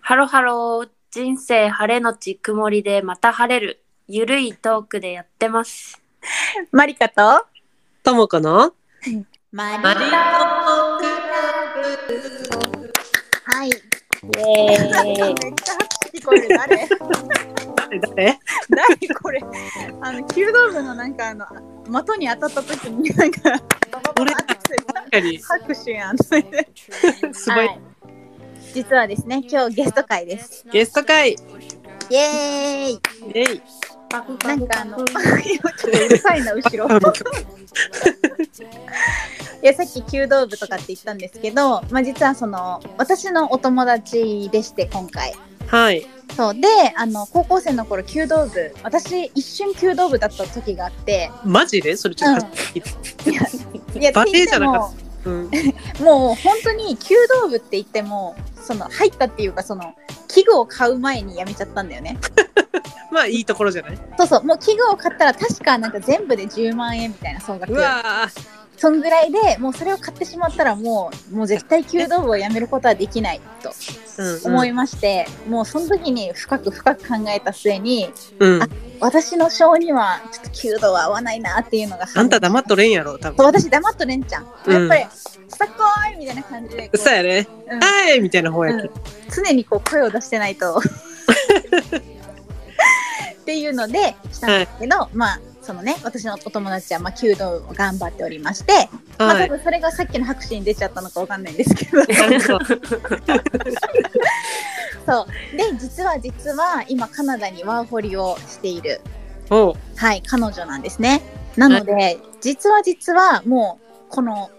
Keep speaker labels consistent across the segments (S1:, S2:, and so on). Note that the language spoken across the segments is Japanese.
S1: ハロハロー、人生晴れのち曇りでまた晴れる。ゆるいトークでやってます。
S2: マリカと
S3: ともかな
S2: マリ
S3: カと
S2: はい。
S1: イエー
S2: め
S1: イ
S2: っちゃ拍手聞こえる。 誰
S3: 誰誰
S2: 誰これ。あの弓道部のなんかあの的に当たった時になんか
S3: これ確かに
S2: 拍手やん。それで。
S3: すごい、
S2: はい実はですね、今日ゲスト会です。
S3: ゲスト会
S2: イエーイ。
S3: えい
S2: なんかあの今ちょっとうるさいな後ろ。 いやさっき弓道部とかって言ったんですけど、まあ実はその私のお友達でして今回。
S3: はい
S2: そうであの高校生の頃弓道部私一瞬弓道部だった時があって、
S3: マジでそれちょっと、
S2: いやいや
S3: バレエ
S2: って言って
S3: じゃなか
S2: も
S3: っうん、
S2: もう本当に弓道部って言ってもその入ったっていうかその器具を買う前にやめちゃったんだよね
S3: まあいいところじゃない
S2: そうそうもう器具を買ったら確かなんか全部で10万円みたいな総額
S3: うわー
S2: そんぐらいでもうそれを買ってしまったらもうもう絶対弓道部をやめることはできないと
S3: うん
S2: 思いまして、もうその時に深く深く考えた末に
S3: うん、
S2: 私の性にはちょっと弓道は合わないなっていうのが
S3: あんた黙っとれんやろ多
S2: そう
S3: 分
S2: 私黙っとれんちゃん、
S3: うん
S2: やっぱり「さっこーい!」みたいな感じでこう
S3: そうやね
S2: うん
S3: はいみたいな方やけど、
S2: 常にこう声を出してない とっていうのでしたんですけど、まあそのね私のお友達はまあ弓道を頑張っておりまして、まあ
S3: は
S2: 多
S3: い
S2: 分それがさっきの拍手に出ちゃったのかわかんないんですけ どそうで実は実は今カナダにワーホリをしている
S3: おう
S2: はい、彼女なんですね。なので、実は実はもうこの、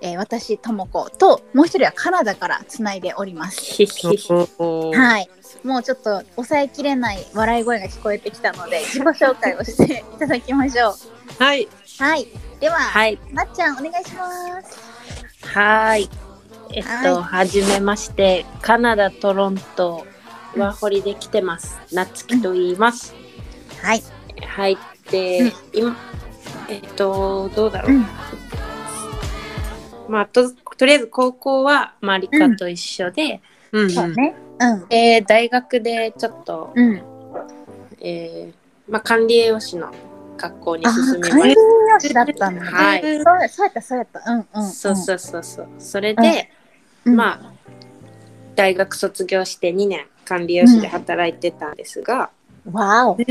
S2: えー私ともこともう一人はカナダからつないでおります。
S1: ひひひ。
S3: おう
S2: はい、もうちょっと抑えきれない笑い声が聞こえてきたので自己紹介をしていただきましょう。
S3: はい
S2: はい、では、
S1: はい。
S2: なっちゃんお願いします。
S1: はーい。えっと、
S2: は
S1: はじめまして、カナダ・トロント、ワーホリで来てます。なつきと言います。
S2: はい、
S1: はい。で、
S2: うん
S1: 今、えっと、どうだろう
S2: う。ん、
S1: まあ、ととりあえず高校はマリカと一緒で、
S3: うん
S2: そうね、うん、
S1: で大学でちょっと、
S2: うん、
S1: えーまあ、管理栄養士の学校に
S2: あ
S1: 進、み
S2: 管
S1: ま
S2: 理栄
S1: し
S2: 養士だったんだね。
S1: はい
S2: そうやそうやった、そうやった、うん、
S1: た
S2: うん、
S1: そうそうそうそうそれで、
S2: うん、
S1: ま
S2: あ、
S1: あ大学卒業して2年管理栄養士で働いてたんですが、
S2: わお、
S3: え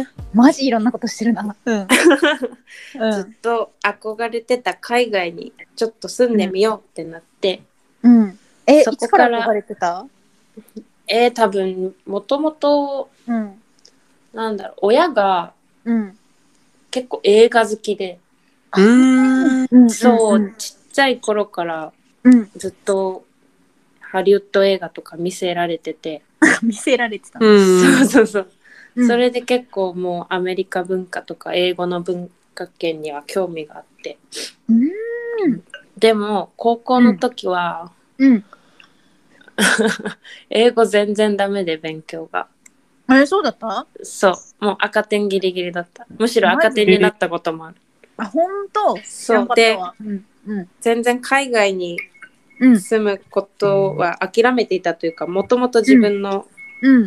S3: ー、
S2: マジいろんなことしてるな。うん、う
S1: ずっと憧れてた海外にちょっと住んでみようってなって、
S2: うん。え、い
S1: そこ
S2: つ
S1: か
S2: からら憧れてた？
S1: えー多分もともと
S2: うん。
S1: なんだろう親が
S2: うん。
S1: 結構映画好きで、
S3: うーん
S2: うん。
S1: そう、ちっちゃい頃から
S2: うん。
S1: ずっとハリウッド映画とか見せられてて、
S2: 見せられてた。
S3: うん
S1: そうそうそう、
S2: うん
S1: それで結構もうアメリカ文化とか英語の文化圏には興味があって
S2: うん。
S1: でも高校の時は、
S2: うん。
S1: 英語全然ダメで勉強が
S2: え、そうだった？
S1: そうもう赤点ギリギリだったむしろ赤点になったこともある
S2: あ、本当。
S1: そうで
S2: うん。うん。
S1: 全然海外に
S2: うん。
S1: 住むことは諦めていたというかもともと自分の
S2: うん。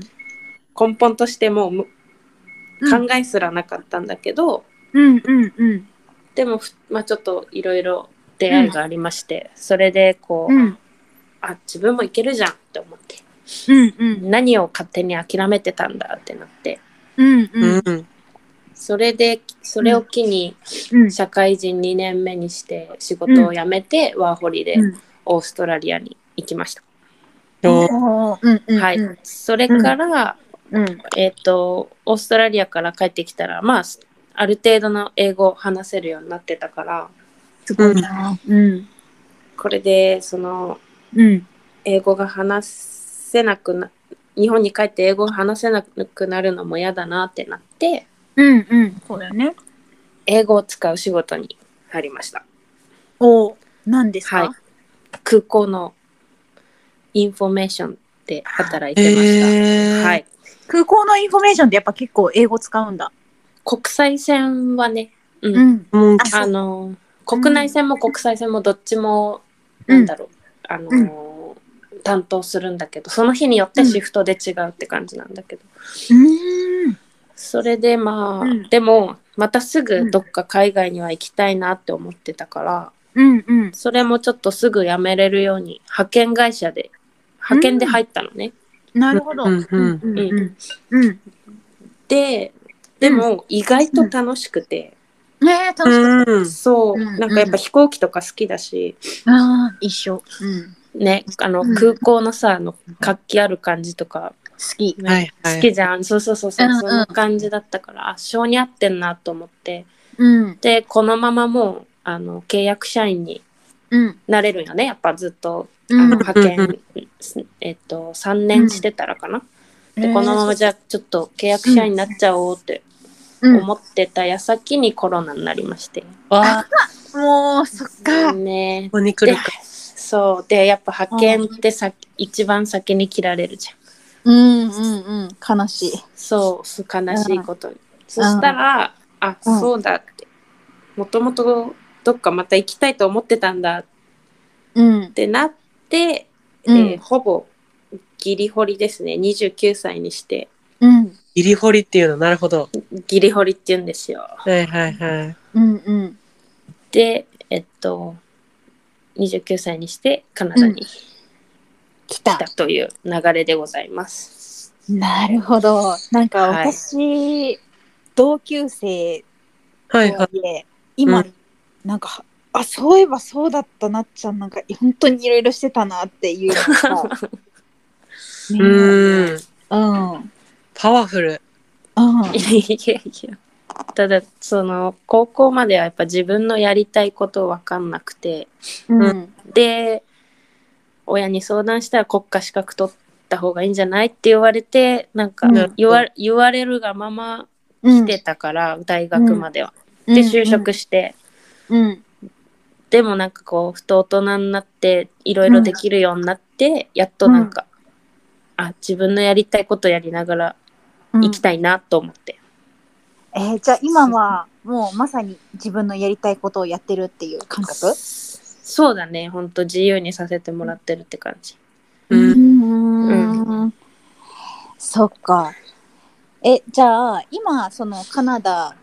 S1: 根本としてもうむ考えすらなかったんだけど、
S2: うん。うん。うん。
S1: でもふ、まあ、ちょっといろいろ出会いがありまして、それでこう、
S2: うん。
S1: あ自分もいけるじゃんって思って
S2: うん。うん。
S1: 何を勝手に諦めてたんだってなって
S2: うん。
S3: う
S2: うん。
S3: ん
S1: それでそれを機に
S2: うん。
S1: 社会人2年目にして仕事を辞めてワーホリでオーストラリアに行きました、
S3: おう
S2: うん。うん。
S1: はい
S2: うん。
S1: それから、
S2: うん。
S1: えっ、とオーストラリアから帰ってきたらまあある程度の英語を話せるようになってたから
S2: すごいな。うん。
S1: これでその
S2: うん。
S1: 英語が話せなくな日本に帰って英語を話せなくなるのも嫌だなってなって
S2: うん。うん。そうだよね。
S1: 英語を使う仕事に入りました
S2: お、なんです
S1: はい
S2: か？
S1: 空港のインフォメーションで働いてました、
S3: えー、
S1: はい
S2: 空港のインフォメーションってやっぱ結構英語使うんだ。
S1: 国際線はね、うん
S2: ん。
S3: もう
S2: あそう
S1: あの国内線も国際線もどっちも、
S2: うん
S1: なんだろうあのー担当するんだけどその日によってシフトで違うって感じなんだけど、
S2: うん
S1: それでまあ、
S2: うん
S1: でもまたすぐどっか海外には行きたいなって思ってたから、
S2: うんうん
S1: それもちょっとすぐ辞めれるように派遣会社で派遣で入ったのね。
S2: なるほど。
S3: うんうん
S2: うん
S1: うん
S2: うんうん
S1: ででも意外と楽しくて、
S2: ねえ楽しかっ
S3: うん
S1: そう、
S2: うん
S1: なんかやっぱ飛行機とか好きだし、
S2: た。ああ一緒。うん
S1: ねあの
S2: うん
S1: 空港のさあの活気ある感じとか
S2: 好き。
S3: はいは
S1: 好
S3: い。
S1: きじゃん、そうそうそうそう、
S2: うんうん
S1: そんな感じだったからあ性に合ってんなと思って
S2: うん
S1: でこのままもうあの契約社員に
S2: うん
S1: なれるんよねやっぱずっとあ
S2: う
S1: の
S2: ん。
S1: 派遣、えっと、3年してたらかな、でこのままじゃちょっと契約社員になっちゃおうって
S2: うん
S1: 思ってた矢先にコロナになりまして、
S3: わあ、
S2: もうそっか。
S1: ね
S3: ここに来
S1: で
S3: るか。
S1: そうでやっぱ派遣ってさ一番先に切られるじゃん
S2: うんうんうん悲しい。
S1: そうす悲しいことに、そしたら、あ
S2: うん
S1: そうだってもともとどっかまた行きたいと思ってたんだっ
S2: うん
S1: てなって、
S2: う
S1: えー
S2: ん
S1: ほぼギリホリですね29歳にして
S2: うん
S3: 入り掘りっていうの、なるほど。
S1: ギリホリって言うんですよ
S3: はいはいはい。
S2: うんうん
S1: でえっと29歳にしてカナダに
S2: 来
S1: 来
S2: た
S1: た。という流れでございます、
S2: なるほど。なんか
S1: はい
S2: 私、同級生
S3: はいはい。
S2: で今、
S3: う
S2: なんかあそういえばそうだったなっちゃんなんか本当にいろいろしてたなっていうのが ね
S3: うん。
S2: うんうん
S3: パワフル。
S1: いやいやいやただその高校まではやっぱ自分のやりたいこと分かんなくて、
S2: うん
S1: で親に相談したら国家資格取った方がいいんじゃないって言われてなんか
S3: うん
S1: 言わ,、言われるがまま
S2: うん
S1: 来てたから、大学までは。
S2: うん
S1: で就職して、
S2: うん
S1: でもなんかこうふと大人になっていろいろできるようになって、やっとなんか、あ自分のやりたいことやりながら
S2: うん
S1: 生きたいなと思って、
S2: えーじゃあ今はもうまさに自分のやりたいことをやってるっていう感覚
S1: そうだねほんと自由にさせてもらってるって感じ。
S3: うん。
S2: んんそっかえじゃあ今そのカナダ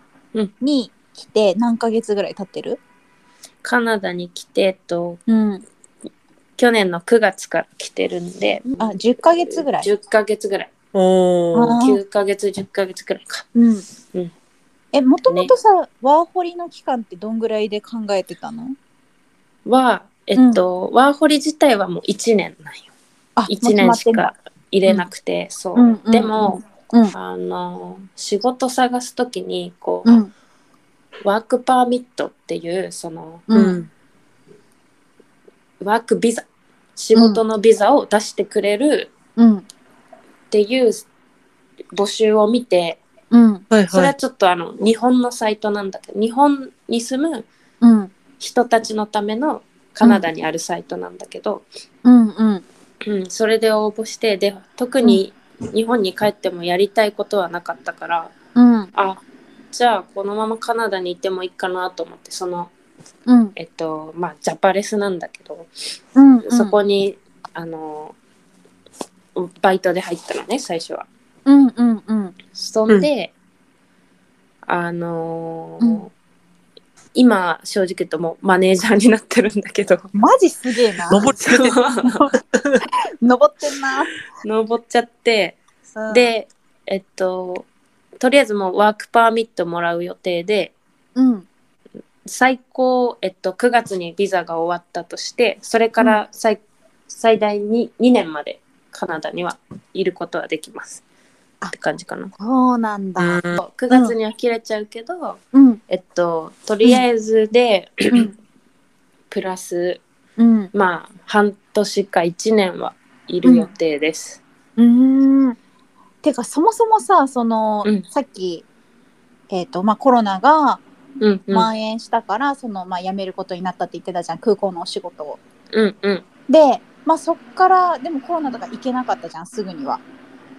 S2: に来て何ヶ月ぐらい経ってる
S1: カナダに来て、えっと、
S2: うん
S1: 去年の9月から来てるんで
S2: あ10ヶ月ぐらい
S1: 10ヶ月ぐらい
S3: お
S2: あ
S3: ー。
S2: ー
S1: 9ヶ月10ヶ月ぐらいか
S2: うん
S1: うん
S2: えもともとさ、ワーホリの期間ってどんぐらいで考えてたの
S1: はえっと、ワーホリ自体はもう1年なんよ
S2: あ
S1: 1年し
S2: もう決まっ
S1: か入れなくて、そう、
S2: うんうん
S1: でも、
S2: てんだ
S1: あの仕事探す時にこう、
S2: うんうん
S1: ワークパーミットっていうその
S2: う
S3: うんん。
S1: ワークビザ仕事のビザを出してくれる
S2: うん
S1: っていう募集を見て
S2: うん
S3: はい
S1: それ
S3: は。
S1: はいちょっとあの日本のサイトなんだけど日本に住む
S2: うん
S1: 人たちのためのカナダにあるサイトなんだけど、
S2: うんうん
S1: うん、それで応募してで特に日本に帰ってもやりたいことはなかったから
S2: うん
S1: あじゃあこのままカナダにいてもいいかなと思ってその
S2: うん
S1: えっとまあジャパレスなんだけど、
S2: うんうん
S1: そこにあのバイトで入ったのね最初は。
S2: うんうんうん
S1: そんで、あのー
S2: うん
S1: 今正直言うともうマネージャーになってるんだけ ど
S2: マジすげえな
S3: 登ってるね。
S2: 登ってんな、
S1: 登っちゃって。
S2: うん、
S1: でえっととりあえずもうワークパーミットもらう予定で
S2: うん
S1: 最高、えっと、9月にビザが終わったとしてそれから最,、最大に2年までカナダにはいることはできます
S2: あ
S1: って感じかな
S2: そうなんだ
S3: うん
S1: 9月には切れちゃうけど、
S2: うん
S1: えっととりあえずで、
S2: うん
S1: プラス
S2: うん
S1: まあ半年か1年はいる予定です、
S2: うーんてかそもそもさその、
S1: うん
S2: さっきえっ、とまあコロナが
S1: うんうん、
S2: 蔓延したから、そのまあ辞めることになったって言ってたじゃん空港のお仕事を。
S1: うんうん
S2: で、まあ、そっからでもコロナとか行けなかったじゃんすぐには。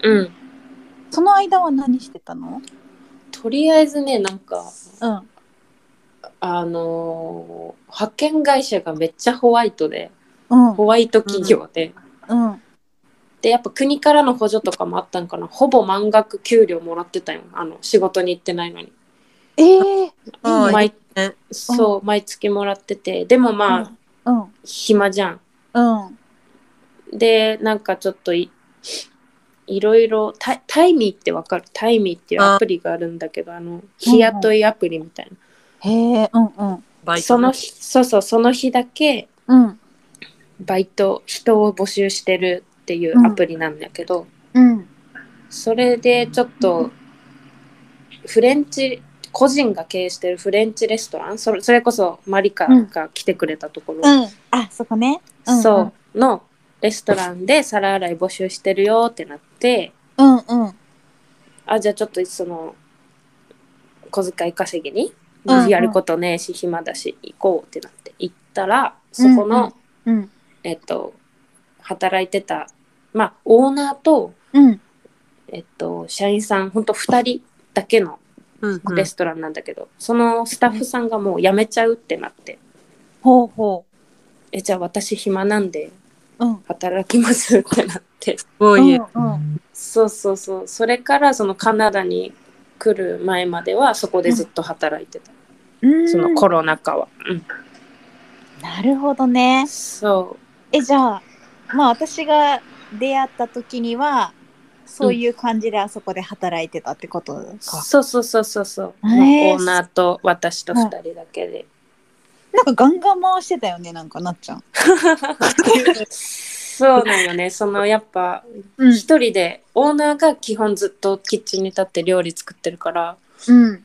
S1: うん
S2: その間は何してたの
S1: とりあえずねなんか
S2: うん。
S1: あのー派遣会社がめっちゃホワイトで
S2: うん。
S1: ホワイト企業で、
S2: うん。
S1: でやっぱ国からの補助とかもあったんかなほぼ満額給料もらってたよあの仕事に行ってないのに
S2: ええ
S3: ああ、い
S1: 毎
S3: いね。
S1: そう毎月もらっててでもまあ、
S2: うん。
S1: 暇じゃん
S2: うん。
S1: でなんかちょっといいろいろタイタイミーってわかるタイミーっていうアプリがあるんだけどあの日雇いアプリみたいな、
S2: へえ、うんうん。
S3: バイト
S1: そ
S3: の
S1: の日そうそうその日だけ
S2: うん。
S1: バイト人を募集してるっていうアプリなんだけど、
S2: うん。
S1: それでちょっとフレンチ個人が経営してるフレンチレストランそれそれこそマリカが来てくれたところ、
S2: うん。あ、そこね。うん
S1: そうのレストランで皿洗い募集してるよってなって
S2: うんうん。
S1: あじゃあちょっとその小遣い稼ぎに
S2: うんうん
S1: やることねえし暇だし行こうってなって行ったらそこの、
S2: うんうんうん。
S1: えっと働いてたまあオーナーと
S2: うん。
S1: えっと社員さんほんと2人だけの
S3: うんうん
S1: レストランなんだけど、そのスタッフさんがもう辞めちゃうってなって、
S2: ほうほ
S1: えじゃあ私暇なんで
S2: う。うん。
S1: 働きますってなって
S3: すごいね。
S2: うんうん
S1: そうそうそうそれからそのカナダに来る前まではそこでずっと働いてた、
S2: うん
S1: そのコロナ禍は、うん
S2: なるほどね。
S1: そ
S2: えじゃあまあ私が出会った時にはそういう感じであそこで働いてたってこと
S1: う
S2: か、
S1: そうそうそうそうそう、
S2: へー
S1: オーナーと私と2人だけ で、
S2: なんかガンガン回してたよねなんかなっちゃん、
S1: そうなんよねそのやっぱ
S2: う
S1: 一人でオーナーが基本ずっとキッチンに立って料理作ってるから
S2: うん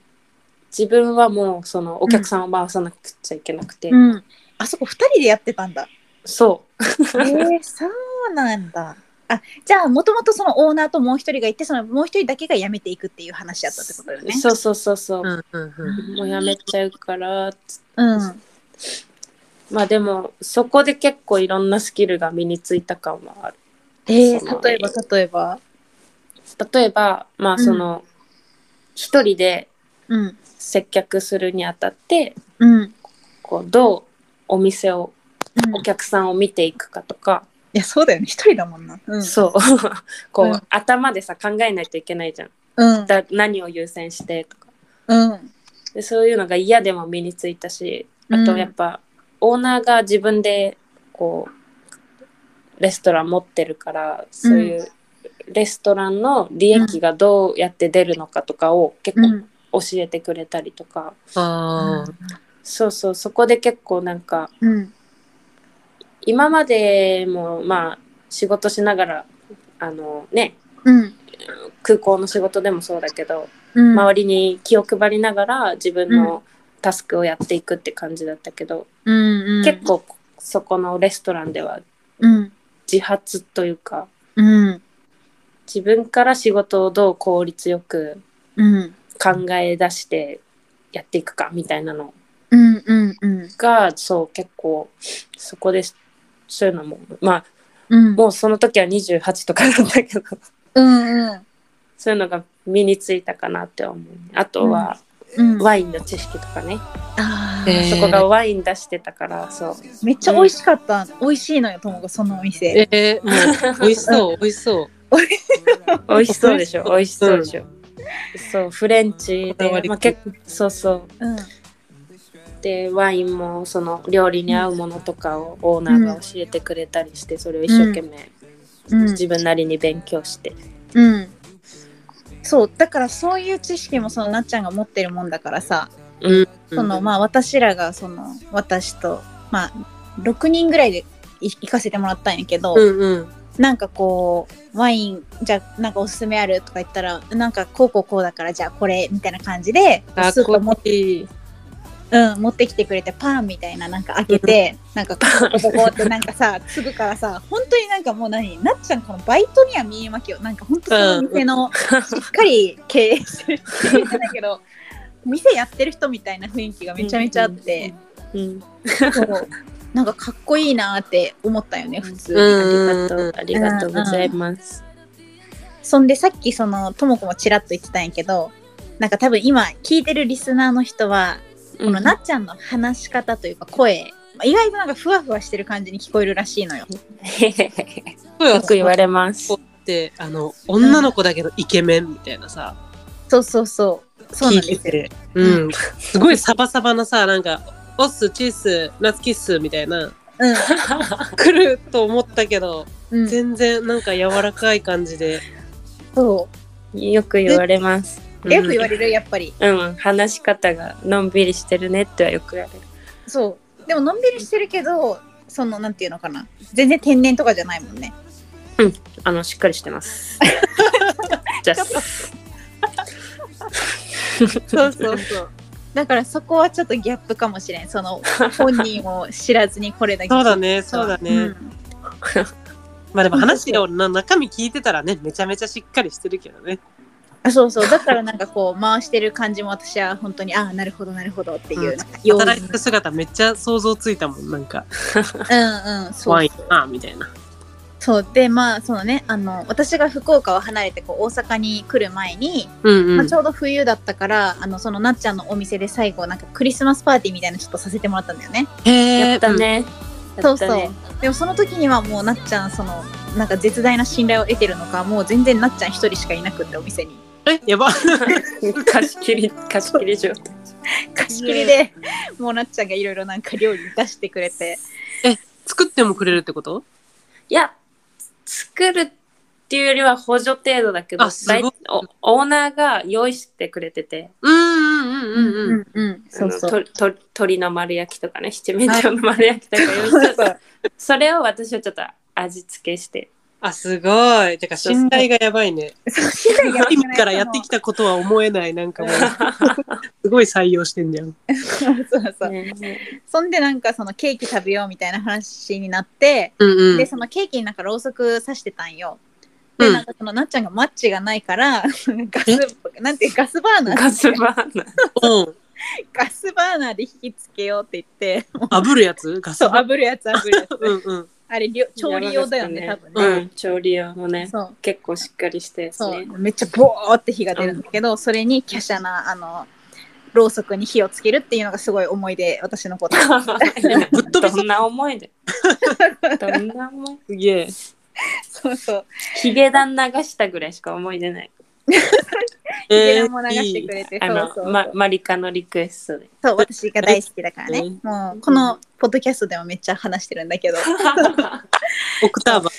S1: 自分はもうそのお客さんを回さなくちゃいけなくて、
S2: うん、あそこ二人でやってたんだ
S1: そ
S2: えー、そうなんだあじゃあもともとそのオーナーともう一人がいてそのもう一人だけが辞めていくっていう話だったってことだよ
S1: う、
S2: ね
S1: そうそうそうそうう、
S3: んうんうん。
S1: もうやめちゃうからつ
S2: うん
S1: まあでもそこで結構いろんなスキルが身についた感はある
S2: え
S1: そう
S2: ー、例えば例えば
S1: 例えばまあその一、人で
S2: うん
S1: 接客するにあたって
S2: うんうん
S1: こうどうお店をお客さんを見ていくかとか、
S2: いやそうだよね一人だもんなうん
S1: そう こう、
S2: うん
S1: 頭でさ考えないといけないじゃん
S2: うん
S1: だ何を優先してとか
S2: うん
S1: でそういうのが嫌でも身についたしあ
S2: う
S1: と
S2: ん
S1: やっぱ、オーナーが自分でこうレストラン持ってるからそういううレストランの利益がどうやって出るのかとかを結
S2: う
S1: 構
S2: ん
S1: 教えてくれたりとか、
S3: ああ。
S1: そうそうそこで結構なんか
S2: うん
S1: 今までもまあ仕事しながらあのね
S2: うん
S1: 空港の仕事でもそうだけど、
S2: うん
S1: 周りに気を配りながら自分のタスクをやっていくって感じだったけど、
S2: うんうん、
S1: 結構そこのレストランでは
S2: うん
S1: 自発というか
S2: うん
S1: 自分から仕事をどう効率よく
S2: うん
S1: 考え出してやっていくかみたいなの
S2: うんうんうん
S1: がそう結構そこでそういうのもまあ
S2: うん
S1: もうその時は28とかなんだけど
S2: うんうん
S1: そういうのが身についたかなって思うあとは
S2: うん
S1: ワインの知識とかね、
S2: あ
S3: え
S2: ー
S1: そこがワイン出してたからそう
S2: めっちゃ美味しかった、美味しいのよともこそのお店
S3: えー、もう、美味しそう、美味しそう。
S1: 美味しそうでしょ
S3: うん
S1: 美味しそうでしょ、そうフレンチ
S3: こだわ
S1: で、
S3: り
S1: まあ、結構そうそう
S2: うん
S1: でワインもその料理に合うものとかをオーナーが教えてくれたりしてそれを一生懸命
S2: うん
S1: 自分なりに勉強して、
S2: うんそうだからそういう知識もそのなっちゃんが持ってるもんだからさ、
S1: うん
S2: そのまあ私らがその私とまあ6人ぐらいでい行かせてもらったんやけど、
S3: うんうん。
S2: なんかこうワインじゃあなんかおすすめあるとか言ったらなんかこうこうこうだからじゃあこれみたいな感じで
S3: あ、
S2: スッ
S3: こと
S2: 持っ
S3: っち。
S2: うん、持ってきてくれてパンみたいななんか開けて、なんかこここってなんか さつぐからさ本当になんかもう何なっちゃんこのバイトには見えまきよなんか本当その店のしっかり経営してる人だけど店やってる人みたいな雰囲気がめちゃめちゃあって、
S1: うん、
S2: そうなんかかっこいいなって思ったよね普通に。
S1: ありがとう、ありがとうございます、
S2: そんでさっきそのともこもちらっと言ってたんやけどなんか多分今聞いてるリスナーの人は
S1: うん
S2: このなっちゃんの話し方というか声、まあ意外となんかふわふわしてる感じに聞こえるらしいのよ。
S3: 声は
S1: よく言われます
S3: そ。うってあの女の子だけどイケメンみたいなさ、
S2: そうそうそう。そう
S3: 聞
S2: ないんで
S3: て
S2: すよ。
S3: て、うん、すごいサバサバなさなんか「オッスチースナツキッス」みたいな
S2: うん。
S3: 来ると思ったけど、
S2: うん、
S3: 全然なんか柔らかい感じで、
S2: そ
S1: よく言われます。
S2: う。よく言われる、やっぱり。
S1: うん、話し方がのんびりしてるねってはよく言われる。
S2: そう。でも、のんびりしてるけど、その、なんていうのかな。全然天然とかじゃないもんね。
S1: あの、しっかりして ます。じゃ
S2: そうそうそう。だからそこはちょっとギャップかもしれん。その本人を知らずにこれだけ。
S3: そうだねそうだね、
S2: うん
S3: まあでも話が俺の中身聞いてたらねめちゃめちゃしっかりしてるけどね
S2: あそうそう。だからなんかこう回してる感じも私は本当にああなるほどなるほどっていう。
S3: うん
S2: なんか用意
S3: 働いてる姿めっちゃ想像ついたもんなんか
S2: うんうん。そ
S3: 怖
S2: う
S3: いなみたいな
S2: そうでまあそのねあの私が福岡を離れてこう大阪に来る前に、
S3: うんうん、
S2: まあ、ちょうど冬だったからあのそのなっちゃんのお店で最後なんかクリスマスパーティーみたいなのちょっとさせてもらったんだよね。
S3: へえ
S1: やったね。
S2: そ
S1: や
S2: う
S1: っ
S2: そ
S1: た
S2: う
S1: ね。
S2: でもその時にはもうなっちゃんそのなんか絶大な信頼を得てるのかもう全然なっちゃん一人しかいなくってお店に
S3: えやば
S1: 貸し切り、貸し切り状態。
S2: 貸し切りでもうなっちゃんがいろいろなんか料理出してくれて
S3: 作ってもくれるってこと
S1: いや、作るっていうよりは補助程度だけど、
S3: あすごい
S1: だいおオーナーが用意してくれてて、
S3: うんうんうんうんうん、
S2: んうんそうそう
S1: あのとと鶏の丸焼きとかね、七面鳥の丸焼きとか用意してて、それを私はちょっと味付けして。
S3: あすごいてか信頼がやばいね今からやってきたことは思えないなんかもうすごい採用してんじゃん
S2: そうそうそう
S1: ね
S2: そんでなんかそのケーキ食べようみたいな話になって、
S3: うんうん
S2: でそのケーキになんかろうそく刺してたんよで、
S3: うん
S2: なんかそのなっちゃんがマッチがないからガスなんていうガスバー ナー
S1: ガスバーナー。
S3: うん
S2: ガスバーナーで火つけようって言って
S3: 炙るやつガス
S2: そう
S3: バ
S2: 炙るやつ炙るやつ
S3: うんうん
S2: あれりょ 調理用だよね
S1: や
S2: 多
S1: ばか
S2: 分
S1: っ
S2: ね
S1: た、うん、調理用のね、
S2: そう
S1: 結構しっかりしたやつ
S2: そう
S1: ね。
S2: めっちゃボーって火が出るんだけど、それに華奢なあのろうそくに火をつけるっていうのがすごい思い出私のこと
S3: ぶっ飛びそう
S1: どんな思い で。どんな思い。
S3: すげえ
S2: そうそう
S1: ヒゲダン流したぐらいしか思い出ない。
S2: ヒゲも流してくれて、
S1: あ
S2: そ
S1: の
S2: うそうそう,、
S1: ま、マリカのリクエストで。
S2: そう私が大好きだからね、
S3: うん
S2: もうこのポッドキャストでもめっちゃ話してるんだけど
S3: オクターバ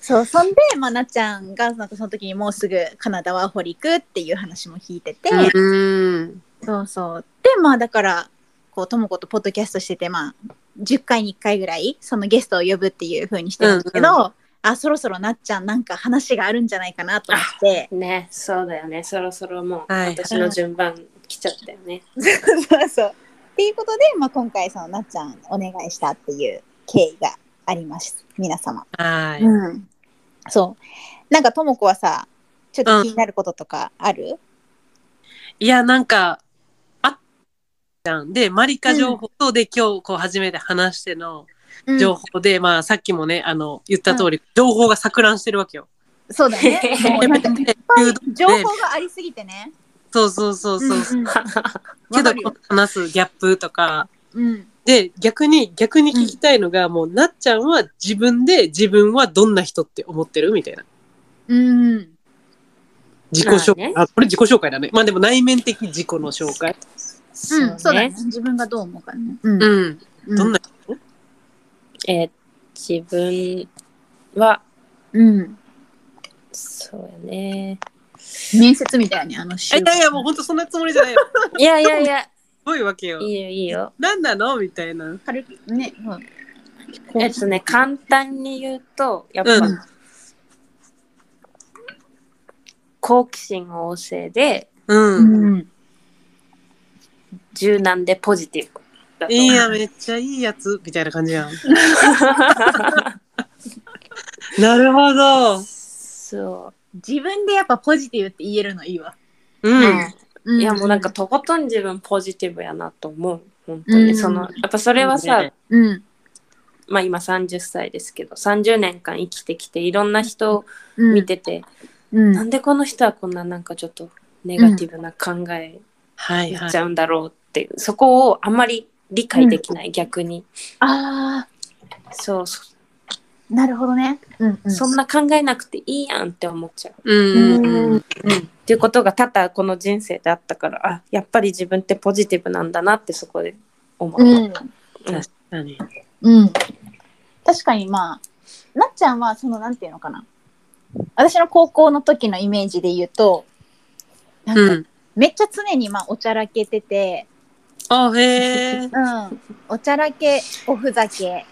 S2: そうそんで、まあ、なっちゃんがなんかその時にもうすぐカナダワーホリ行くっていう話も聞いてて、
S3: うん
S2: そうそうでまあだからこうともことポッドキャストしててまあ10回に1回ぐらいそのゲストを呼ぶっていう風にしてるんだけど、
S3: う
S2: あそろそろなっちゃんなんか話があるんじゃないかなと思って
S1: ね、そうだよね。そろそろもう、
S3: はい
S1: 私の順番来ちゃったよね。
S2: そうそうっていうことで、まあ、今回そのなっちゃんお願いしたっていう経緯があります皆様、
S3: はい
S2: うん、そうなんかともこはさちょっと気になることとかある、
S3: いやなんかあっじゃんでマリカ情報とで今日こう初めて話しての
S2: うん
S3: 情報で、まあさっきもねあの言った通り、情報が錯乱してるわけよ。
S2: そうだ ねもうなんかいっぱい情報がありすぎてね
S3: そうそうそうそう。
S2: うんうん
S3: け
S2: わか
S3: ど
S2: る
S3: こ
S2: よ
S3: の話すギャップとか。
S2: うん
S3: で逆に逆に聞きたいのが、もうなっちゃんは自分で自分はどんな人って思ってるみたいな
S2: うん
S3: 自己紹介、
S1: まあね
S3: あこれ自己紹介だねまあでも内面的自己の紹
S2: う
S3: 介
S2: ん、そうだね
S1: ね。。
S2: 自分がどう思うかね。うん
S3: うん、
S2: う
S3: どんな人
S1: えー自分は、
S2: うん。
S1: そうやね。
S2: 面接みたいに、あの、し
S3: えいやいやもう本当そんなつもりじゃないよ す
S1: いやいやいや、
S3: ごいわけよ
S1: いいよいいよ。
S3: 何なのみたいな
S2: 軽く、ね、うん
S1: えっとね、簡単に言うと、やっぱ、
S3: うん
S1: 好奇心旺盛で、
S3: うん、
S2: うん。
S1: 柔軟でポジティブだと
S3: いい
S1: 思う。
S3: やめっちゃいいやつみたいな感 じやんなるほど
S1: そ
S2: 自分でやっぱポジティブって言えるのいいわ。
S3: う
S1: う。
S3: ん、
S1: うんいやもうなんか、とことん自分ポジティブやなと思う。本当
S2: う
S1: に
S2: ん
S1: その、やっぱそれはさ、
S3: ね
S2: うん。
S1: まあ今30歳ですけど、30年間生きてきていろんな人を
S2: うん
S1: 見、てて、
S2: うん
S1: なんでこの人はこんななんかちょっとネガティブな考え
S3: はい
S1: や
S3: は
S1: っ
S3: い
S1: ちゃうんだろうって、そこをあんまり理解できない、逆に。
S2: ああ、
S1: そうそ
S2: なるほどね。うんう
S1: そんな考えなくていいやんって思っちゃう。
S3: うん
S2: うん
S1: っていうことが多々この人生であったからあやっぱり自分ってポジティブなんだなってそこで思った。
S2: うん
S3: 確かに。
S2: うん。確かにまあ、なっちゃんは、その、なんていうのかな。私の高校の時のイメージで言うと、なんか、
S3: うん。
S2: めっちゃ常にまあ、おちゃらけてて、
S3: あ、へえ。
S2: うん、おちゃらけ、おふざ け、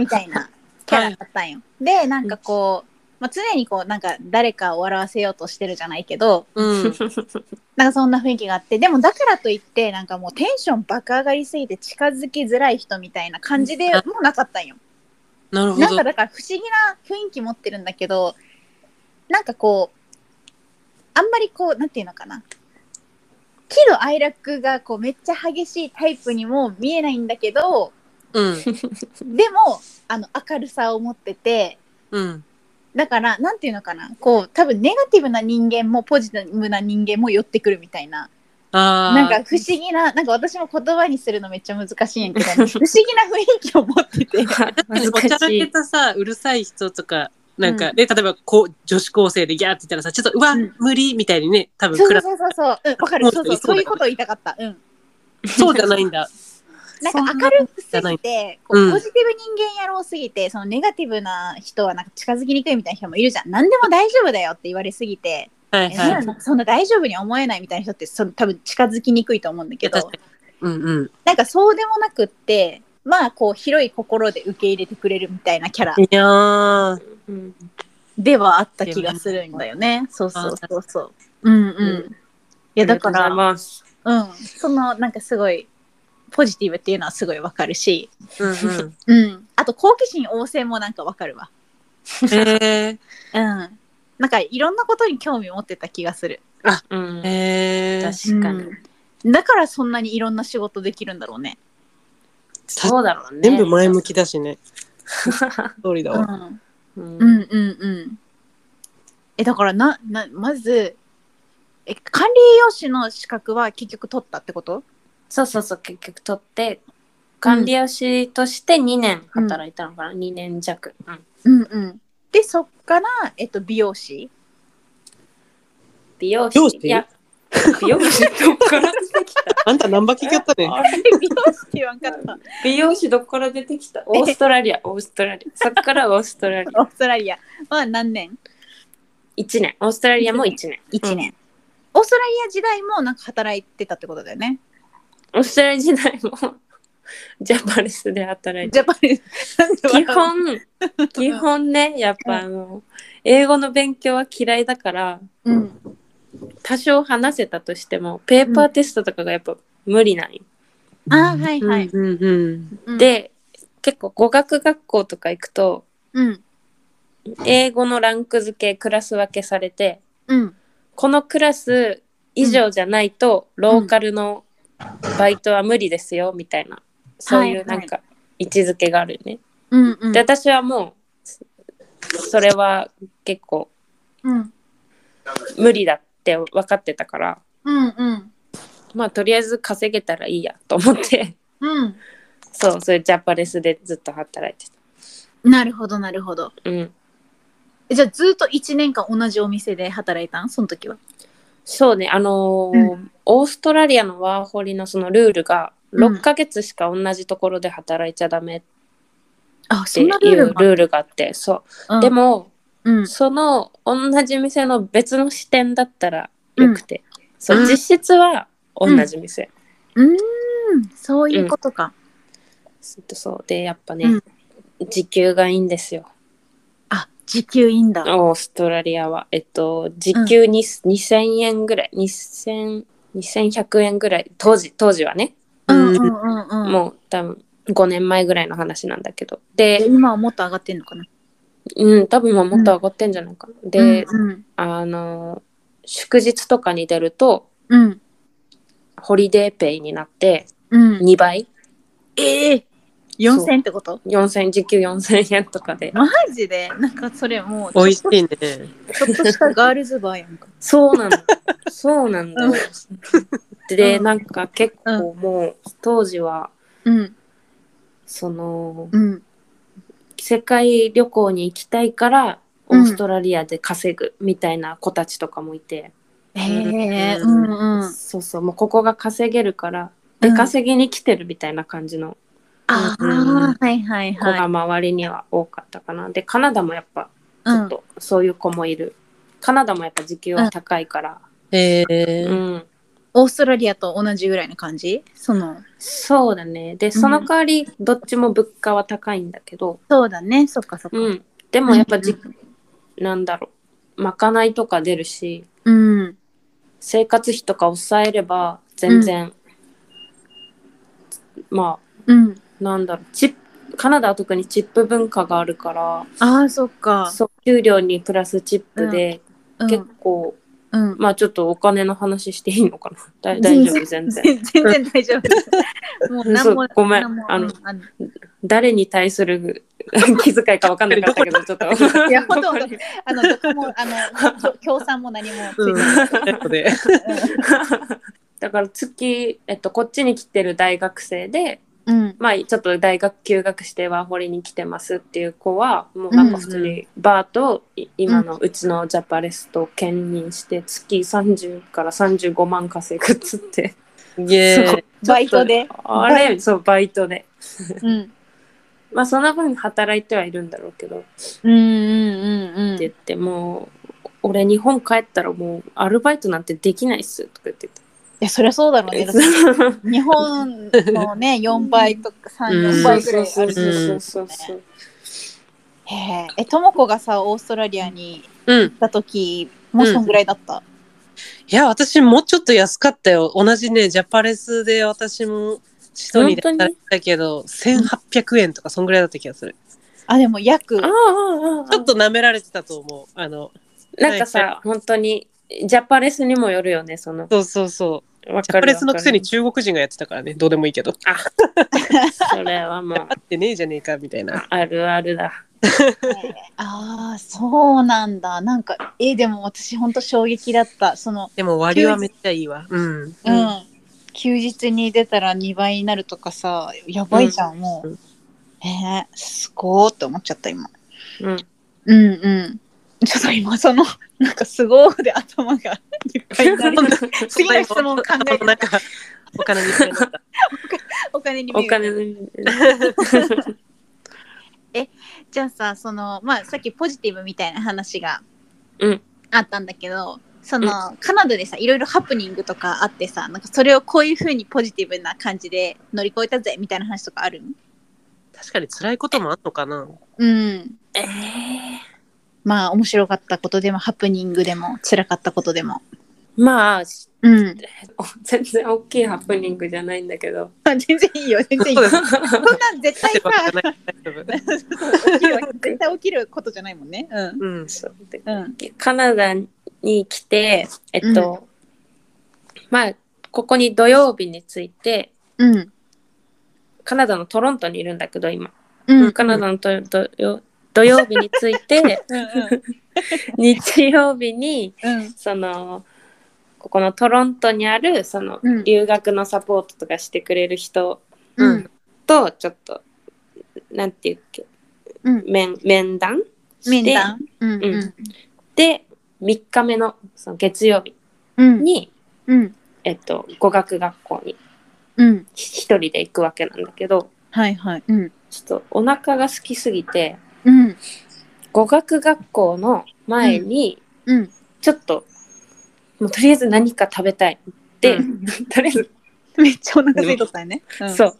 S2: みたいなキャラだったんよ。で、なんかこう、まあ、常にこう、なんか誰かを笑わせようとしてるじゃないけど、
S3: うん。
S2: なんかそんな雰囲気があって、でもだからといって、なんかもうテンション爆上がりすぎて近づきづらい人みたいな感じでもなかったんよ。
S3: なるほど。
S2: なんかだから不思議な雰囲気持ってるんだけど、なんかこう、あんまりこう、なんていうのかな。喜怒哀楽がこうめっちゃ激しいタイプにも見えないんだけど、
S3: うん。
S2: でも、あの、明るさを持ってて、
S3: うん。
S2: だから、なんていうのかな。こう、多分ネガティブな人間もポジティブな人間も寄ってくるみたいな。
S3: ああ。
S2: なんか不思議な、なんか私も言葉にするのめっちゃ難しいんやけど、不思議な雰囲気を持って て。
S1: 恥ず
S3: おち
S1: か
S3: ゃ
S1: らし
S3: け
S1: い。
S3: たさうるさい人とかなんか、
S2: うん
S3: で例えばこう女子高生でギャーって言ったらさちょっとうわ、
S2: うん
S3: 無理みたいにね多分
S2: そう
S3: ク
S2: そう
S3: ラス
S2: そうそう。うん、わかる。そうそう。そういうことを言いたかった。うん。
S3: そうじゃないんだ。
S2: なんか明るくす
S3: そんな
S2: ぎ
S3: こ
S2: て、こ
S3: とじゃ
S2: う
S3: ないう
S2: んポジティブ人間野郎すぎて、そのネガティブな人はなんか近づきにくいみたいな人もいるじゃん。何でも大丈夫だよって言われすぎて、
S3: はい
S2: え
S3: は
S2: そ
S3: い。
S2: んなそんな大丈夫に思えないみたいな人ってその多分近づきにくいと思うんだけ
S3: いや
S2: ど
S3: 確、うんうん。
S2: なんかそうでもなくって、まあこう広い心で受け入れてくれるみたいなキャラ
S3: いやー
S1: うん
S2: ではあった気がするんだよね。そうそうそうそう。うんうん。いやだか
S1: あり
S2: ら、
S1: がとうございます
S2: うん、そのなんかすごいポジティブっていうのはすごいわかるし、
S3: うんうん。
S2: うん、あと好奇心旺盛もなんかわかるわ。
S3: へ
S2: うん。なんかいろんなことに興味持ってた気がする。
S1: うん
S3: え。へえ。
S1: 確かに。
S2: うんだからそんなにいろんな仕事できるんだろうね。
S1: そうだろうね。
S3: 全部前向きだしね。通りだ
S2: う
S3: わ。
S2: ん、
S1: うん。
S2: うん、うんうん。え、だからな、な、まず、え、管理栄養士の資格は結局取ったってこと
S1: そうそうそう、結局取って、管理栄養士として2年働いたのかな、2年弱。うん
S2: うんうん。で、そっから、えっと、美容師
S1: 美容師
S3: 美容師
S1: いや、美容師どっから出てきた
S3: あんた何ば聞きやったね。
S1: あれ
S2: 美容師って言わんか った。
S1: 美容師どっから出てきたオーストラリア、オーストラリア。そっからオーストラリア。
S2: オーストラリアは何年
S1: 1年。オーストラリアも1年。
S2: ?1 年。オーストラリア時代もなんか働いてたってことだよね。
S1: オーストラリア時代もジャパレスで働いて
S2: ジャパニーズなんで笑
S1: 基
S2: う
S1: 本基本ねやっぱあの英語の勉強は嫌いだから
S2: うん、
S1: 多少話せたとしてもペーパーテストとかがやっぱ無理なんよ、
S2: ああはいはい。
S3: うんうん
S2: うん、
S1: で結構語学学校とか行くと
S2: うん
S1: 英語のランク付けクラス分けされて
S2: うん
S1: このクラス以上じゃないとローカルのバイトは無理ですよみたいなそういうなんか位置づけがあるよね。
S2: うんうん
S1: で私はもうそれは結構
S2: うん
S1: 無理だって分かってたから
S2: うんうん
S1: まあとりあえず稼げたらいいやと思って
S2: うん
S1: そうそれジャパレスでずっと働いて
S2: なるほどなるほど。
S1: たうん
S2: えじゃあずっと1年間同じお店で働いたんその時は。
S1: そうねあのーオーストラリアのワーホリのそのルールが
S2: うん
S1: 6ヶ月しか同じところで働いちゃダメっ
S2: あ
S1: て
S2: そ
S1: い
S2: ん
S1: う
S2: なルー
S1: ル
S2: ルもある
S1: ールがあってそう、
S2: うん
S1: でも
S2: うん
S1: その同じ店の別の支店だったらよくて、そううん実質は同じ店、
S2: うーんそういうことか。
S1: ずっとそうでやっぱね、
S2: うん
S1: 時給がいいんですよ
S2: あ時給いいんだ。
S1: オーストラリアはえっと時給に、2000円ぐらい2000 2100円ぐらい当時当時はね、
S2: うんうんうんうん。
S1: もう多分5年前ぐらいの話なんだけど
S2: え
S1: で、
S2: 今はもっと上がってんのかな。
S1: うん、多分もうもっと上がってんじゃないかな、で、
S2: うん
S1: あの祝日とかに出ると
S2: うん
S1: ホリデーペイになって
S2: うんうん。
S1: 2倍
S2: ええ四4000ってこと
S1: 4000時給4000円とかで
S2: マジでなんかそれもうち
S3: 美
S2: ょ
S3: 味
S2: っ
S3: し
S2: と
S3: いね。
S2: ちょっとしたガールズバーやんか。
S1: そうなんだ。そうなんだよ。で、
S2: うん
S1: なんか結構もう当時は、
S2: うん
S1: その、
S2: うん
S1: 世界旅行に行きたいからオ
S2: うん
S1: ーストラリアで稼ぐみたいな子たちとかもいて、
S2: へえ、う
S3: うんん
S2: うん。
S1: そうそうもうここが稼げるから出稼ぎに来てるみたいな感じの
S2: ああ、はいはい
S1: 子
S2: はい
S1: が。周りには多かったかな。でカナダもやっぱち
S2: う
S1: ょっ
S2: ん
S1: とそういう子もいる。カナダもやっぱ時給は高いから、
S3: え
S1: う
S3: え
S1: ん
S2: オーストラリアと同じぐらいの感じその、
S1: そうだねでその代わりどっちも物価は高いんだけど、
S2: そうだね、そっかそっか。
S1: うん、でもやっぱじ、なんだろうまかないとか出るし
S2: うん。
S1: 生活費とか抑えれば全然、ま
S2: うん。
S1: あなんだろうチップカナダは特にチップ文化があるから
S2: ああ、そっか。
S1: そう給料にプラスチップで、
S2: うん
S1: 結構
S2: うん。
S1: まあちょっとお金の話していいのかな 大大丈夫全然。
S2: 全然大丈夫。もう何も
S1: そう、ごめん
S2: 何も
S1: あの
S2: うんあの
S1: 誰に対する 気遣いか分かんなかったけ どちょっと
S2: いやほとんど
S1: どこに
S2: あの、どこも、あの、協賛も何もつ
S3: う
S2: い
S3: ん
S2: てない。
S3: で
S1: だから月、えっと、こっちに来てる大学生で、
S2: うん。
S1: まあ、ちょっと大学休学してワーホリに来てますっていう子はもうなんか普通にバーと、い今のうちのジャパレスと兼任して月30から35万稼ぐっつって
S3: イエーイ
S2: バイトで。
S1: あれそうバイトで
S2: うん。
S1: まあその分働いてはいるんだろうけどって
S2: うんうんうんう
S1: 言っ
S2: ん。
S1: てもう俺日本帰ったらもうアルバイトなんてできないっすとか言ってて。
S2: いや、そりゃそうだろうね。だって日本の ね、4倍とか3、
S3: うん
S2: 4
S1: そう
S2: 倍ぐ
S1: そ
S2: ら
S1: う
S2: いあ
S1: そう
S2: る。
S1: そうそうそう。
S2: へえ。え、ともこがさ、オーストラリアに行
S3: うん
S2: った時もそんぐらいだった。
S3: いや、私もうちょっと安かったよ。同じね、ジャパレスで私もシドニーで
S1: 本当
S3: 働
S1: に
S3: いたけど、1800円とかそんぐらいだった気がする。
S2: あ、でも約
S1: ああ。ああああ
S3: ちょっと舐められてたと思う。あの、
S1: なんかさ、
S3: はい
S1: 本当にジャパレスにもよるよねその
S3: そうそうそう。
S1: わ
S3: ジャ
S1: か
S3: パ
S1: る
S3: レスのくせに
S1: わか
S3: 中国人がやってたからね、どうでもいいけど。
S1: るそれはもう
S3: あってねえじゃねえか、みたいな。
S1: あるあるだ
S2: ああ、そうなんだ。なんか、え、でも私ほんと衝撃だった。その、
S3: でも割はめっちゃいいわ。うん。
S2: う。
S1: うんん
S2: 休日に出たら2倍になるとかさ、やばいじゃん、もう。
S3: うん
S2: えー、すごーって思っちゃった、今。
S1: うん
S2: うんうん。ちょっと今、その、なんかすごーで頭が いっ ぱいになり次の質問考えて
S3: なんか、お金みたいになった。
S2: お金に目が
S1: お
S2: いく
S1: 金の
S2: じゃあさそのまあさっきポジティブみたいな話が
S1: うん
S2: あったんだけど、その、カナダでさいろいろハプニングとかあってさなんかそれをこういうふうにポジティブな感じで乗り越えたぜみたいな話とかある
S3: 確かに辛いこともあんのかな。
S2: うん
S1: えー
S2: まあ面白かったことでもハプニングでも辛かったことでも
S1: まあ
S2: うん
S1: 全然大きいハプニングじゃないんだけど
S2: 全然いいよ全然いい
S3: そう
S2: よ
S3: で
S2: そ
S3: す
S2: んなん絶対
S3: ってば っ
S2: さ
S3: かない大丈夫
S2: 起きるわ け絶対起きることじゃないもんねうん
S3: うん。
S1: そうで
S2: うん
S1: カナダに来てえっと、まあここに土曜日に着いて
S2: うん
S1: カナダのトロントにいるんだけど今
S2: うん
S1: カナダのと土曜土曜日に着いて
S2: うんうん
S1: 日曜日に
S2: うん
S1: そのここのトロントにあるその
S2: うん
S1: 留学のサポートとかしてくれる人
S2: うん
S1: とちょっとなんていうっけ
S2: うん
S1: 面面談
S2: 面談うんうん
S1: で3日目のその月曜日
S2: うん
S1: に、
S2: うん
S1: えっと、語学学校に
S2: うん
S1: 一人で行くわけなんだけど
S2: はいはいうん
S1: ちょっとお腹が空きすぎて
S2: うん
S1: 語学学校の前に
S2: うん
S1: ちょっと、もうとりあえず何か食べたいって、
S3: う
S1: とりあえず、
S2: めっちゃお腹空いとったよね。。
S1: そう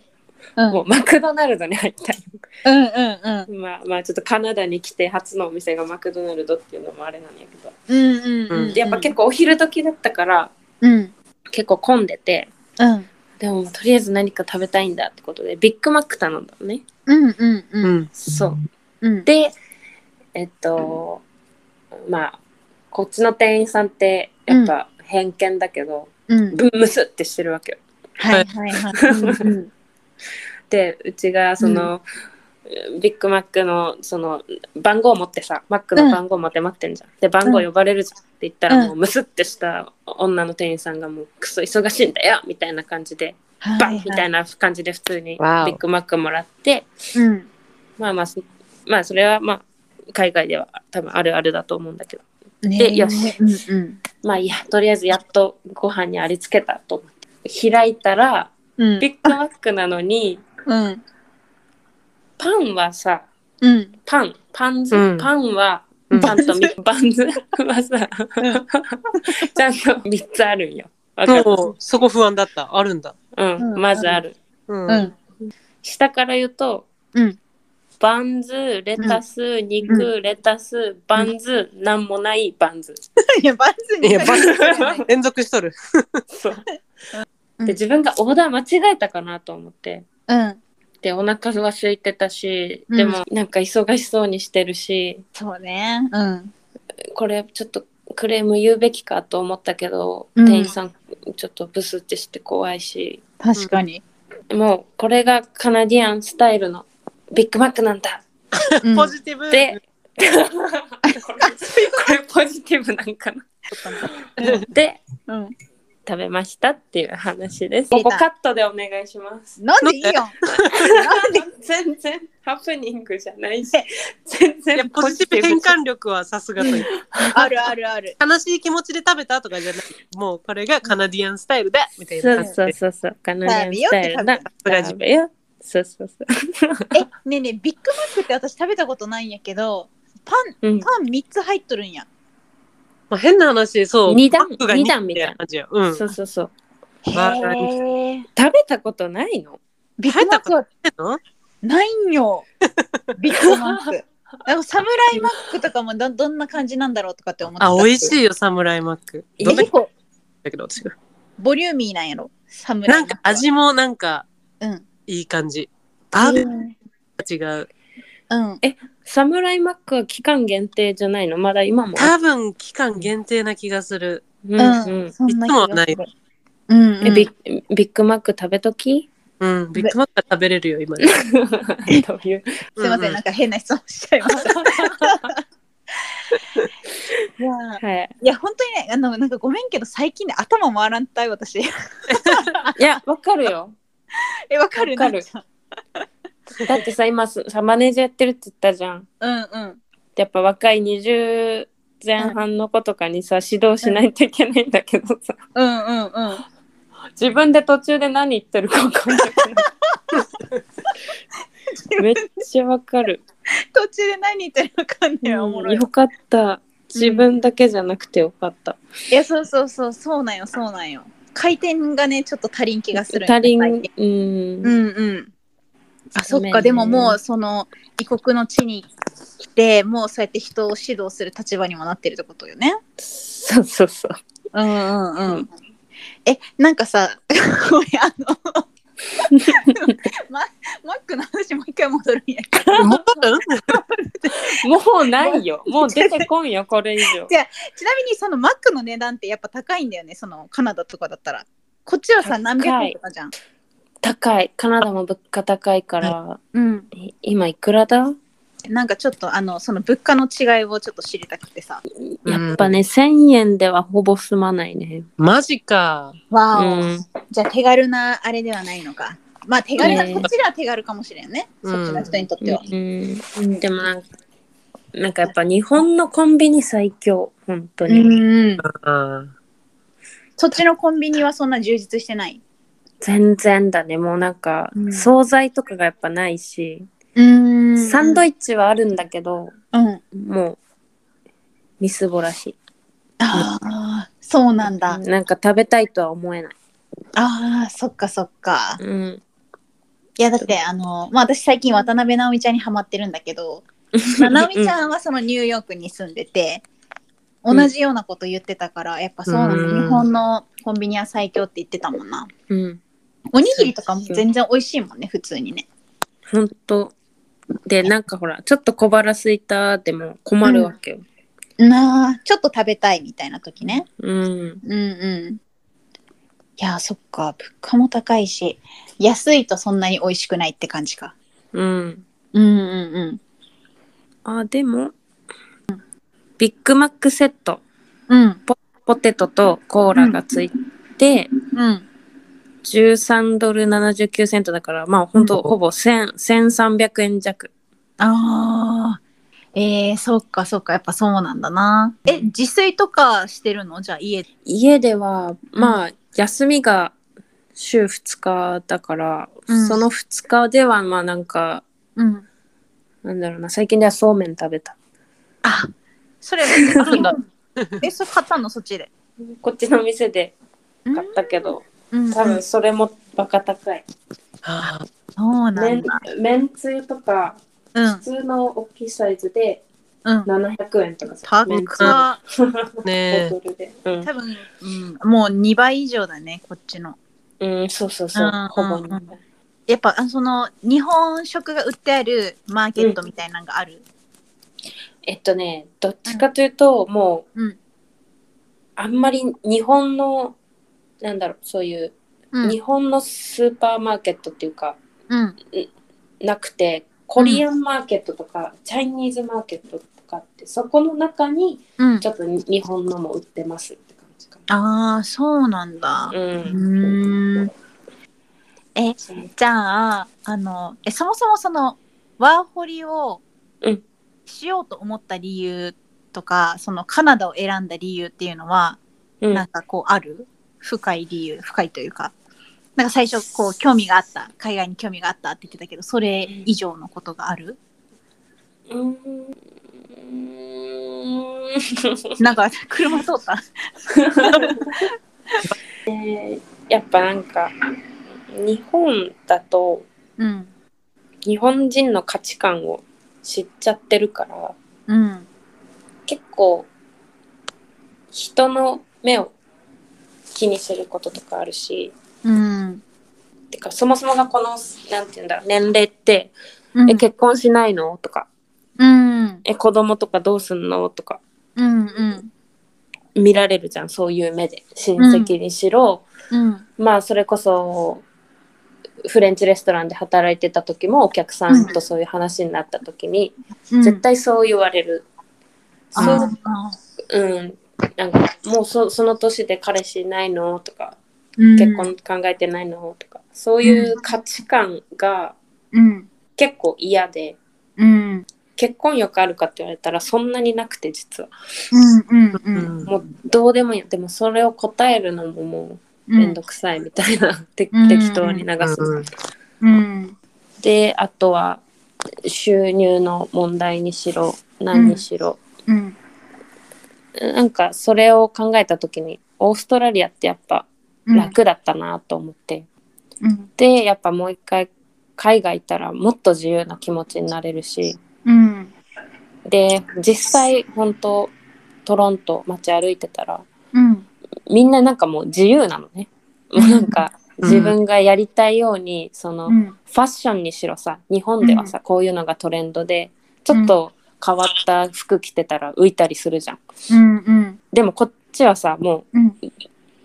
S1: う
S2: うん
S1: もうマクドナルドに入ったい
S2: うんうんうん。
S1: まあまあちょっとカナダに来て初のお店がマクドナルドっていうのもあれなんやけど
S2: うんうんうん。
S1: でやっぱ結構お昼時だったから
S2: うん
S1: 結構混んでて
S2: うん
S1: でもとりあえず何か食べたいんだってことでビッグマック頼んだのね
S2: うんうんう
S3: うんん。
S1: そう
S2: うん。
S1: でえっとまあこっちの店員さんってやっぱ偏見だけど、
S2: うん。
S1: ブムスってしてるわけよ
S2: はいはいはい。うん
S1: でうちがその、ビッグマックのその番号を持ってさマックの番号持って待ってんじゃん、で番号呼ばれるじゃんって言ったら、
S2: うん
S1: もうムスってした女の店員さんがもうクソ忙しいんだよみたいな感じで
S2: は
S1: バンみたい
S2: な。
S1: な感じで普通にビ
S3: わお
S1: ッグマックもらって、
S2: うん
S1: まあまあそまあそれはまあ海外では多分あるあるだと思うんだけど
S2: ね
S1: でよし
S2: うんうん
S1: まあいいやとりあえずやっとご飯にありつけたと思って開いたら
S2: うん
S1: ビッグマックなの に
S2: うん
S1: パンはさ
S2: うん
S1: パンパンズ、
S3: うん
S1: パンは
S3: うん
S1: パンとみバンズは さちゃんと3つあるんよ。わかる
S3: そう、そこ不安だった。あるんだ。
S1: うん、
S2: うん
S1: まずある。
S3: うん。
S2: うん
S1: 下から言うと、
S2: うん
S1: バンズレタス肉、レタスバンズなんもないバンズ、
S2: いやバズ
S3: い
S2: に
S3: や、バ ス連続しとる。
S1: そう
S2: うん
S1: で自分がオーダー間違えたかなと思って
S2: うん
S1: でお腹は空いてたし
S2: うん
S1: でもなんか忙しそうにしてるし、
S2: そうねうん
S1: これちょっとクレーム言うべきかと思ったけど、
S2: うん
S1: 店員さんちょっとブスってして怖いし
S2: 確かに、
S1: もうこれがカナディアンスタイルのビッグマックなんだ
S2: うん
S3: ポジティブ。
S1: で、これこれポジティブなんかな。で
S2: うん
S1: 食べましたっていう話です。
S2: 出た
S1: ここカットでお願いします。
S2: なんでいいよなんで
S1: 全然ハプニングじゃないし
S2: ね、
S1: 全
S3: いや
S1: 然
S3: ポジティブ転換力はさすがという。
S2: あるあるある
S3: 悲しい気持ちで食べたとかじゃなくもうこれがカナディアンスタイルだみたい
S1: そ
S3: な
S1: う
S3: 感じ
S1: そう
S3: で。
S1: そうそう。カナディアンスタイルだ。
S3: 食べようって食べた
S1: 食べよう。そうそうそう。
S2: えねえねえビッグマックって私食べたことないんやけどパン
S1: うん。
S2: パン3つ入っとるんや
S3: まあ、変な話、そう。
S1: 二段
S3: パックが
S1: 二段みたいな
S3: 感じよ。うん。
S1: そうそうそう。
S2: へ
S3: わかり
S2: え
S1: 食べたことないの？
S2: ビッグマックは
S3: の
S2: ないんよ ビッグマックなんかサムライマックとかもどどんな感じなんだろうとかって思ってた
S3: あ、美味し
S2: い
S3: いよ、サムライマック。
S1: い
S3: どんだ
S2: 結
S3: け
S2: 構
S3: だけど、私が。
S2: ボリューミーなんやろサムラ
S3: な
S2: イ
S3: ん
S2: マック
S3: か
S2: は
S3: 味もなんか
S2: うん
S3: いい感じ。バーベキューが違う。
S2: うん
S1: サムライマックは期間限定じゃないの？まだ今も。
S3: 多分期間限定な気がする。
S1: う
S2: うん、
S1: ん。
S2: そんな気がす
S3: い
S2: るうん、うん、
S1: えビッビッグマック食べとき？
S3: うん、ビッグマックは食べれるよ、今で。す
S1: という
S2: すいません、なんか変な質問しちゃいま した。いやー
S1: はい。
S2: いや本当にねあのなんかごめんけど最近ね頭回らんたい私
S1: いや、わかるよ。
S2: えわかる
S1: わかる
S2: なん
S1: だってさ、今すさ、マネージャーやってるって言ったじゃん。
S2: うんうん
S1: やっぱ若い20前半の子とかにさ、指導しないといけないんだけどさ、
S2: うんうんうん
S1: 自分で途中で何言ってるか分かんなくなるめっちゃわかる。
S2: 途中で何言ってるのかんねえおもろ い
S1: よかった。自分だけじゃなくてよかった。
S2: いやそうそうそうそうなんよそうなんよ回転がねちょっと足りん気がするんよ
S1: 足りん、
S2: 最近
S1: うん。
S2: うんうんあそ
S1: ご
S2: っ
S1: めんね
S2: かでももうその異国の地に来てもうそうやって人を指導する立場にもなってるってことよね
S1: そうそうそう。
S2: うんうんう。
S1: うん
S2: え、なんかさ、 ごめん、あの、 ま、マックの話もう一回戻るんやけど。
S3: もう
S1: もうない よ。もう出てこんよ、これ以上。
S2: ちなみにそのマックの値段ってやっぱ高いんだよね、そのカナダとかだったら。こっちはさ、
S1: 高い
S2: 何百円とかじゃん。
S1: 高い。カナダも物価高いから、
S2: うん。
S1: い今いくらだ
S2: なんかちょっとあの、その物価の違いをちょっと知りたくてさ。
S1: やっぱね、1000円ではほぼ済まないね。
S3: マジか。
S2: わお、
S1: うん、
S2: じゃあ手軽なあれではないのか。まあ手軽な、
S1: ね
S2: こっちらは手軽かもしれんね。
S3: うん
S2: そっちの人にとっては。
S1: うん、でもなんか、なんかやっぱ日本のコンビニ最強、本当
S2: うん、
S1: に。
S2: うん。
S3: あ
S2: そっちのコンビニはそんな充実してない。
S1: 全然だね、もうなんか、
S2: うん
S1: 惣菜とかがやっぱないし、
S2: うん
S1: サンドイ
S2: イ
S1: ッチはあるんだけど、
S2: うん。
S1: もう、みすぼらしい。
S2: ああ、そうなんだ。
S1: なんか食べたいとは思えない。
S2: ああ、そっかそっか。
S1: うん。
S2: いや、だって、あの、まあ、私最近渡辺直美ちゃんにハマってるんだけど、まあ、直美ちゃんはそのニューヨークに住んでて、
S1: うん
S2: 同じようなこと言ってたから、やっぱそうな
S3: うん
S2: の、日本のコンビニは最強って言ってたもんな。
S1: うん。
S2: おにぎりとかも全然美味しいもんね、普通にね。
S1: ほんと。で、なんかほら、ちょっと小腹すいたでも困るわけよ。
S2: なあ、ちょっと食べたいみたいな時ね。
S1: うん。
S2: うんうん。いや、そっか、物価も高いし、安いとそんなに美味しくないって感じか。
S1: うん
S2: うんうんうん。
S1: あでもビッグマックセット
S2: うん。
S1: ポテトとコーラがついて、
S2: うん。
S1: 13ドル79セントだからまあ本当ほぼ1000 1300円弱
S2: ああ。えー、そっかそっか、やっぱそうなんだな。え、自炊とかしてるのじゃあ家で。
S1: 家ではまあ、休みが週2日だから、
S2: うん
S1: その2日ではまあなんか
S2: うん。
S1: なんだろうな最近ではそうめん食べた
S2: あ、それ、
S3: あるんだ。
S2: え、それ買ったのそっちで。
S1: こっちの店で買ったけど、
S2: うん
S1: 多分それもバカ高い、
S3: あー
S2: そうな
S1: め
S2: ん
S1: ん
S2: だ。
S1: めんつゆとか
S2: うん
S1: 普。通の大きいサイズで
S2: うん。
S1: 700円とか
S2: 高
S1: めんつゆ
S2: っ
S3: ね
S1: ボトルで、うん
S2: 多分、うん、もう2倍以上だね、こっちの。
S1: うん、そうそうそう、
S2: うん
S1: ほぼ
S2: うん
S1: に、
S2: やっぱ、あその、日本食が売ってあるマーケットみたいなのがある。
S1: えっとねどっちかというと、もう、
S2: うん
S1: あんまり日本のなんだろうそういう、
S2: うん。
S1: 日本のスーパーマーケットっていうか
S2: うん。
S1: なくてコリアンマーケットとか、チャイニーズマーケットとかってそこの中に
S2: うん
S1: ち。ょっと日本のも売ってますって感じか
S2: ああ、そうなんだ。
S1: な。う
S2: うんーん。え、じゃあ、あの、え、そもそもその、ワーホリを
S1: うん
S2: しようと思った理由とか、そのカナダを選んだ理由っていうのは、
S1: うん
S2: なんかこうある深い理由、深いというか、なんか最初こう興味があった、海外に興味があったって言ってたけど、それ以上のことがある、
S1: うーんうーん
S2: なんか車通 った
S1: やっぱなんか日本だと
S2: うん。
S1: 日本人の価値観を知っちゃってるから
S2: うん。
S1: 結構人の目を気にすることとかあるし
S2: うん。
S1: てかそもそもがこのなんて言うんだろう年齢って
S2: う
S1: 「え
S2: ん。
S1: 結婚しないの?」とか
S2: うん
S1: 「え子供とかどうすんの?」とか
S2: うん。うん。
S1: 見られるじゃんそういう目で親戚にしろ、
S2: うん。
S1: まあそれこそフレンチレストランで働いてた時もお客さんとそういう話になった時に、絶対そう言われる。そ
S2: あ
S1: う
S2: あ
S1: うん、なんかもうそその年で彼氏いないのとか
S2: うん
S1: 結婚考えてないのとかそういう価値観が
S2: うん。
S1: 結構嫌で
S2: うん。
S1: 結婚欲あるかって言われたらそんなになくて実は
S2: うんうん
S3: う
S2: うんん。
S1: もうどうでもいいでもそれを答えるのももうめんどくさいみたいな、て
S2: う ん
S1: 適当に流す、
S3: うん
S2: うん。
S1: であとは収入の問題にしろ何にしろ、
S2: うん。
S1: なんかそれを考えた時にオーストラリアってやっぱ
S2: うん。
S1: 楽だったなと思って、
S2: うん。
S1: でやっぱもう一回海外行ったらもっと自由な気持ちになれるし
S2: うん。
S1: で実際本当トロント街歩いてたら
S2: うん。
S1: みんななんかもう自由なのねもうなんか
S3: うん
S1: 自分がやりたいようにその、
S2: うん。
S1: ファッションにしろさ日本ではさ、こういうのがトレンドでちょっと変わった服着てたら浮いたりするじゃん
S2: うん。うん。
S1: でもこっちはさもう、
S2: うん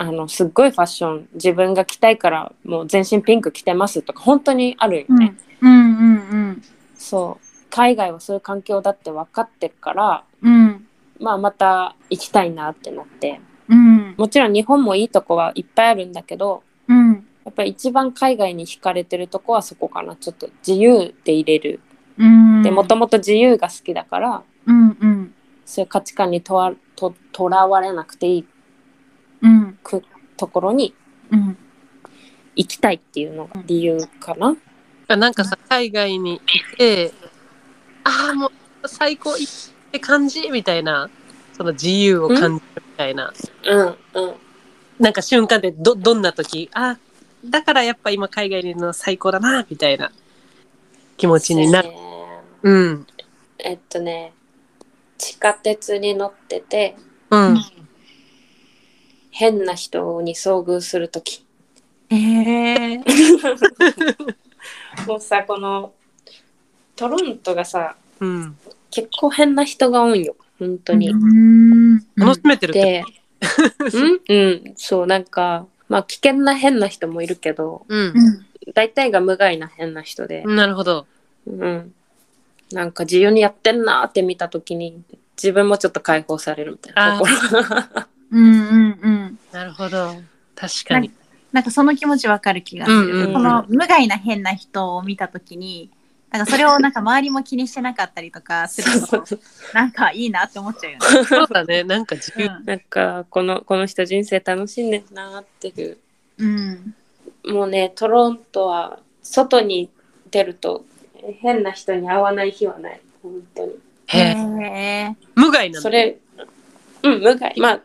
S1: あのすっごいファッション自分が着たいからもう全身ピンク着てますとか本当にあるよね、
S2: うん。うん。
S1: そう海外はそういう環境だって分かってるから、
S2: うん。
S1: まあ、また行きたいなってなって
S2: うん。
S1: もちろん日本もいいとこはいっぱいあるんだけど
S2: うん。
S1: やっぱり一番海外に惹かれてるとこはそこかなちょっと自由でいれる
S2: うん。
S1: でもともと自由が好きだから
S2: うん。うん。
S1: そういう価値観にとわととらわれなくていい
S2: うん。
S1: ところに
S2: うん。
S1: 行きたいっていうのが理由かな。
S3: あなんかさ海外にいてああもう最高いいって感じみたいなその自由を感じるみたいな
S1: うんうん
S3: なんか瞬間でどどんな時あだからやっぱ今海外にいるのは最高だなみたいな気持ちになる。
S1: そうね
S3: うん
S1: えっとね地下鉄に乗ってて
S3: うん、
S1: 変な人に遭遇する時
S2: へえ。
S1: もうさこのトロントがさ
S3: うん、
S1: 結構変な人が多いよ本当に。
S2: うん。
S3: 楽しめてるって
S1: でうん、うん、そうなんかまあ危険な変な人もいるけど
S3: うん
S1: 大体が無害な変な人で、
S3: なるほど。
S1: うん、なんか自由にやってんなーって見た時に自分もちょっと解放されるみたいな
S3: あ
S1: ところ
S2: うん。うん。うん。
S3: なるほど。確かに。
S2: なんかその気持ちわかる気がする。
S3: うんうん
S1: うん
S2: この無害な変な人を見たときに、なんかそれをなんか周りも気にしてなかったりとかすると、なんかいいなって思っちゃうよね。
S3: そうだね。なんか自由。
S1: なんかこのこの人人生楽しんでんなっていう
S2: うん。うん。
S1: もうねトロントは外に出ると変な人に会わない日はない本当に
S3: へえ。
S2: へえ。
S3: 無害な
S1: そ
S3: の。
S1: れうん無害まあ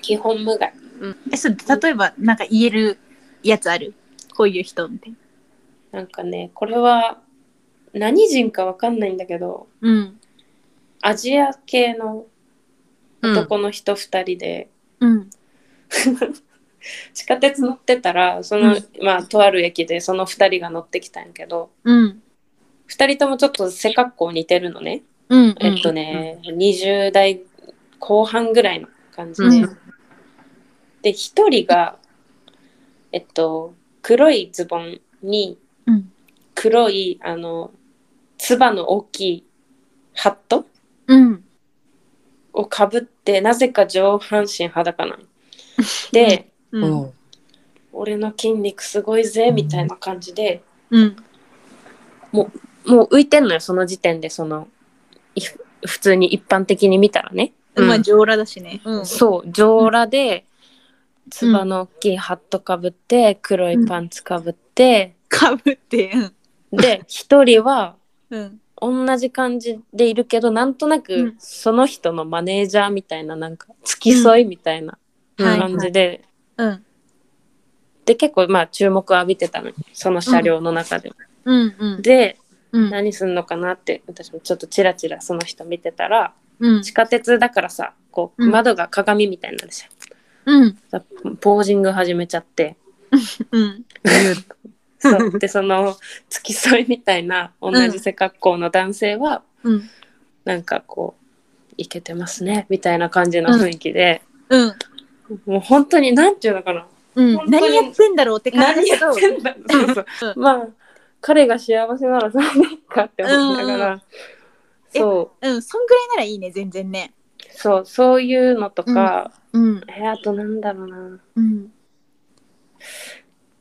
S1: 基本無害
S2: え、それ例えばなんか言えるやつあるこういう人みたいな。
S1: なんかねこれは何人かわかんないんだけど
S2: うん。
S1: アジア系の
S3: うん
S1: 男の人2人で、
S2: うん。
S1: 地下鉄乗ってたらその、
S2: うん
S1: まあとある駅でその2人が乗ってきたんやけど
S2: うん。
S1: 2人ともちょっと背格好似てるのね
S2: うん。
S1: えっとね、20代後半ぐらいの感じで、
S2: うん
S1: で一人がえっと黒いズボンに
S2: うん。
S1: 黒いあのつばの大きいハット
S2: うん。
S1: をかぶってなぜか上半身裸 なの。で、
S2: うん。
S1: 俺の筋肉すごいぜみたいな感じで
S2: うん。
S1: もう浮いてんのよその時点でそのい普通に一般的に見たらね。
S3: うん
S2: まあ、上裸だしね。うん。
S1: そう上裸でつばの大きいハットかぶって黒いパンツかぶって、
S2: かぶって。うん
S1: で一人は
S2: うん。
S1: 同じ感じでいるけどなんとな
S2: う
S1: く
S2: ん
S1: その人のマネージャーみたいななんか付き添いみたいな
S3: うん
S2: はい
S1: 感じで、
S2: うん。
S1: で結構まあ注目を浴びてたのにその車両の中でも。
S2: うん。うん。
S1: で
S2: うん。
S1: 何すんのかなって私もちょっとチラチラその人見てたら
S2: うん
S1: 地下鉄だからさこう
S2: うん
S1: 窓が鏡みたいになるじ
S2: うん。
S1: ゃん。だからポージング始めちゃって。
S2: うん。
S1: そうでその付き添いみたいな同じ背格好の男性は、
S2: うん。
S1: なんかこうイケてますねみたいな感じの雰囲気で、
S2: うん。
S1: もう本当に何て言うのかな
S2: うん。
S1: 本当に
S2: 何やってんだろうって感
S1: 何
S2: じ
S1: や
S2: だけど
S1: っ。てんだろうそうそう
S2: うん
S1: まあ彼が幸せならそれでいいかって思いながら、
S2: え
S1: そう
S2: うん。そんぐらいならいいね、全然ね。
S1: そうそういうのとか、
S2: うん。
S1: えあとなんだろうな
S2: うん。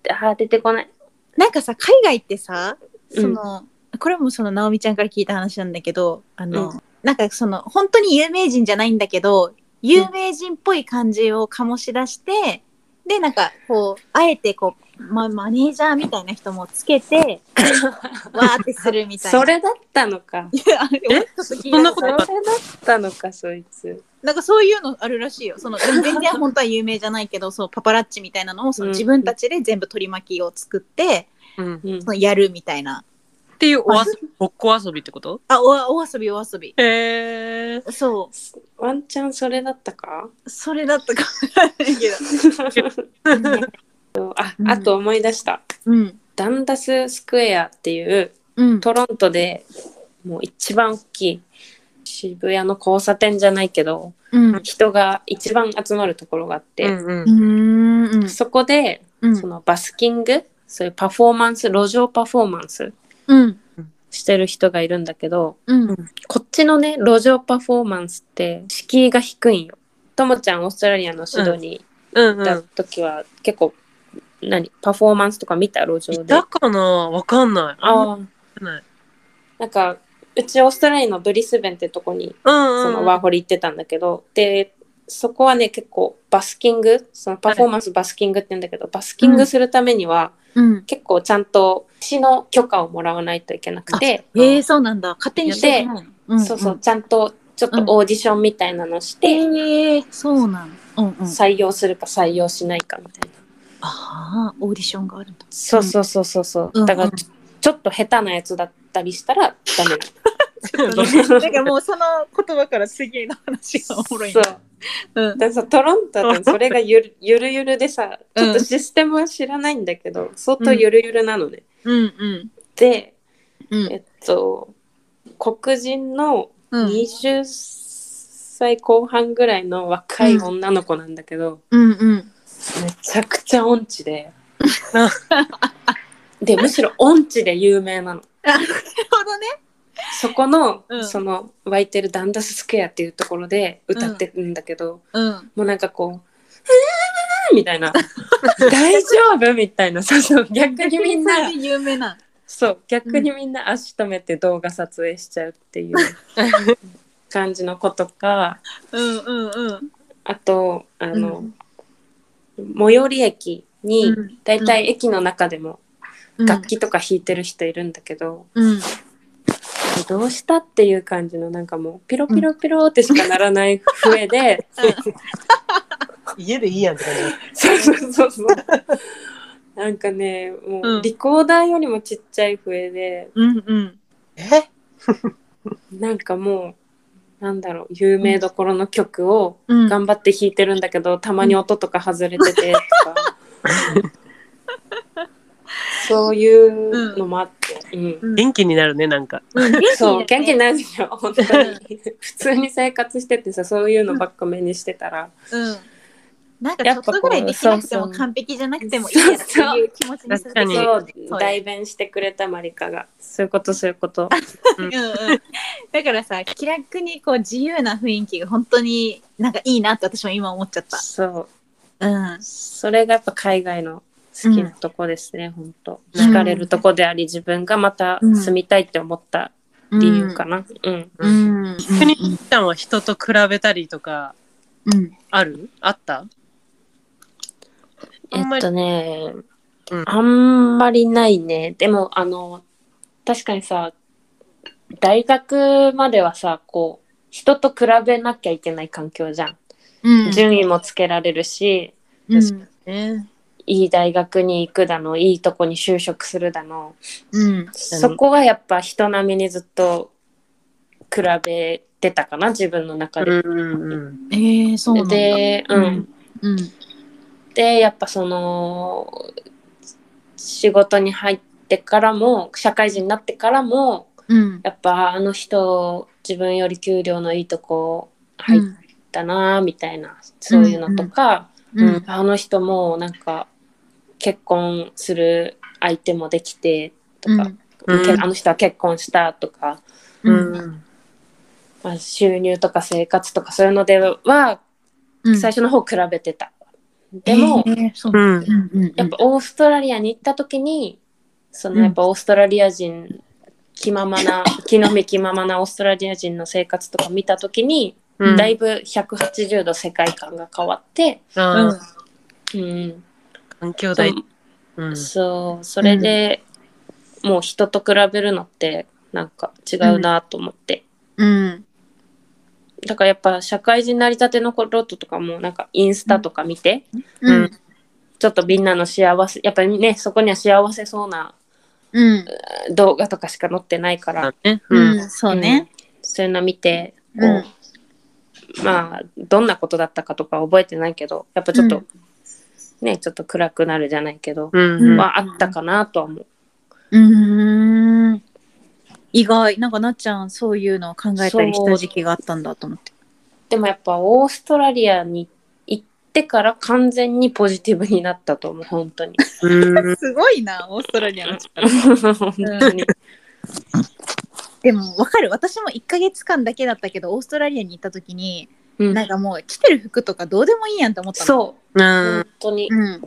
S1: あー出てこない。
S2: なんかさ海外ってさ
S1: うん
S2: その、これもその直美ちゃんから聞いた話なんだけどあの、
S1: う
S2: なんかその本当に有名人じゃないんだけど有名人っぽい感じを醸し出して、でなんかこうあえてこう、ま、マネージャーみたいな人もつけ てわーってするみたいな。
S1: それだったのか。
S2: い やあれ
S3: え
S2: 俺ちょっと聞い
S3: そんな
S2: た
S3: こ
S1: そ
S2: こ
S3: そと
S1: れ
S2: と
S1: だったのか、そいつ。
S2: なんかそういうのあるらしいよそのでも全然本当は有名じゃないけどそうパパラッチみたいなのをその
S1: うん
S2: 自分たちで全部取り巻きを作って、
S3: うん
S1: うん
S2: そのやるみたいな
S3: っていうお遊び、ぼっこ遊びってこと
S2: あおお遊びお遊び
S3: へえ。
S2: そ
S1: ワンチャンそれだった か
S2: う、それだったかもしれないけど。
S1: あ、
S2: うん
S1: あと思い出した。
S2: うん、
S1: ダンダススクエアっていう
S2: うん、
S1: トロントでもう一番大きい渋谷の交差点じゃないけど
S2: うん、
S1: 人が一番集まるところがあって、
S3: うん
S2: うん、うん、
S1: そこで
S2: うん
S1: そ、のバスキングそういうパフォーマンス路上パフォーマンス
S2: うん、
S1: してる人がいるんだけど
S2: うん、
S1: こっちのね路上パフォーマンスって敷居が低いんよ。ともちゃんオーストラリアのシドニ
S3: うん
S1: ーだった時は結構、何パフォーマンスとか見た路上
S3: い
S1: で。
S3: た
S1: あ
S3: かなわかんない。んま
S1: あー
S3: りない。
S1: なんかうちオーストラリアのブリスベンってとこに
S3: うんう
S1: そ
S3: ん。
S1: のワーホリ行ってたんだけど、でそこはね結構バスキングそのパフォーマンスバスキングって言うんだけど、バスキングするためには
S2: うん。
S1: 結構ちゃんと市の許可をもらわないといけなくて、
S2: えー、そうなんだ。勝手にして
S1: で
S2: ない。うん
S1: そうそう。ちゃんとちょっとオーディションみたいなのして、
S2: えー、そうなん。うん、うん。
S1: 採用するか採用しないかみたいな。
S2: ああ、オーディションがあるんだ。
S1: そうそうそうそうそう、
S2: うん
S1: だから
S2: うん
S1: ちちょっと下手なやつだったりしたらダメなの
S2: なんかもうその言葉から次の話が おもろい
S1: そ
S2: な。
S1: う
S2: うん、
S1: でさトロントってそれがゆ るゆるゆるでさちょっとシステムは知らないんだけど、相当ゆるゆるなのね。
S2: うん、うん、
S1: で
S2: うん
S1: え、っと黒人の
S2: うん、
S1: 20歳後半ぐらいの若い女の子なんだけど、
S2: うん、
S1: めちゃくちゃ音痴ででむしろ音痴で有名なの。
S2: なるほどね。
S1: そこの、
S2: うん
S1: その湧いてるダンダススクエアっていうところで歌ってるんだけど、
S2: うん、
S1: もうなんかこううわ ー「みたいな「大丈夫?」みたいなそうそう逆にみんな
S2: 有名な。
S1: そう逆にみんな足止めて動画撮影しちゃうって いう感じのことか
S2: うんうんうん。
S1: あとあの、
S2: うん
S1: 最寄り駅に、
S2: うん
S1: だいたい駅の中でも
S2: うん
S1: 楽器とか弾いてる人いるんだけど、
S2: うん。
S1: どうしたっていう感じのなんかもうピロピロピロってしかならない笛 で、
S3: 家でいいやんって感
S1: そうそうそうそうなんかねもううんリコーダーよりもちっちゃい笛で
S2: うんうん。
S3: じ。え
S1: なんかもうなんだろう有名どころの曲を
S2: うん
S1: 頑張って弾いてるんだけど、たまに音とか外れててとか、そういうのもあって、うん
S3: 元気になるね、なんか。
S1: そう元
S2: 元
S1: 気
S2: 気
S1: にな
S2: だね
S1: るで しょ本当に普通に生活しててさそういうのばっか目にしてたら、
S2: うん。なんかち
S1: やっ
S2: ょ
S1: ぱ
S2: っとぐらいできなくて
S1: こう
S2: も
S1: そうそう
S2: 完璧じゃなくてもいいやっていう気持ちにさせて
S3: 確かに
S1: そう
S2: そう
S1: 代弁してくれたマリカがそういうことそういうこと
S2: うんうんだからさ気楽にこう自由な雰囲気が本当になんかいいなって私も今思っちゃっ
S1: そう
S2: た。うん。
S1: それがやっぱ海外の好きなとこですね、本当惹かれるとこであり自分がまた住みたいって思った理由かなうん、
S2: うん。うん。
S3: 逆に、ちゃんは人と比べたりとか、
S2: うん。
S3: あるあったあん
S1: え
S3: ま
S1: っ
S3: り
S1: とね、
S3: うん
S1: あんまりないねでもあの確かにさ大学まではさこう人と比べなきゃいけない環境じゃん、
S2: うん。
S1: 順位もつけられるし
S2: うん。
S3: ね。
S1: いい大学に行くだのいいとこに就職するだの、
S2: うん。
S3: に
S1: そこはやっぱ人並みにずっと比べてたかな自分の中
S3: う
S1: で。
S3: んうん
S2: えー、そうなんだ。
S1: で,、うん
S2: うん。
S1: でやっぱその仕事に入ってからも社会人になってからも
S2: うん。
S1: やっぱあの人自分より給料のいいとこ入ったなみたいな、そういうのとか、
S2: うん。うん。
S1: あの人もなんか結婚する相手もできてとか、
S3: うん
S1: けあの人は結婚したとか。
S3: う
S2: うんん。
S1: まあ、収入とか生活とかそういうのでは
S2: うん。
S1: 最初の方比べてた、でも、
S2: えー、そう
S3: う
S2: なんだ。
S3: ん
S2: うんうん。
S1: やっぱオーストラリアに行った時にその
S2: うん
S1: やっぱオーストラリア人気ままな気の身気ままなオーストラリア人の生活とか見た時に、
S3: うん
S1: だいぶ180度世界観が変わって、
S3: あー
S1: うん
S3: 環境大事。うん
S1: そうそれで、もう人と比べるのってなんか違うなと思って、
S2: うん。
S1: だからやっぱ社会人なりたての頃とかもなんかインスタとか見て、
S2: うん。
S1: ちょっとみんなの幸せやっぱりねそこには幸せそうな
S2: うん。
S1: 動画とかしか載ってないから、
S3: だね。う。
S2: うんん。そうね。
S1: うんそういうの見てこ
S2: うん
S1: う、まあどんなことだったかとか覚えてないけどやっぱちょっと、
S2: うん
S1: ねちょっと暗くなるじゃないけど、
S3: うん。
S1: はあったかなとは思う
S2: うーん。意外、なんかなっちゃん、そういうのを考えたりした時期があったんだと思って。
S1: でもやっぱオーストラリアに行ってから完全にポジティブになったと思う本当に
S3: うん
S2: すごいな、オーストラリアの力。
S1: 本当に、
S2: でも、わかる。私も1ヶ月間だけだったけど、オーストラリアに行った時に、
S1: うん
S2: なんかもう着てる服とかどうでもいいやんって思ったの。
S1: そう
S3: うん
S1: 本当に、
S2: うん。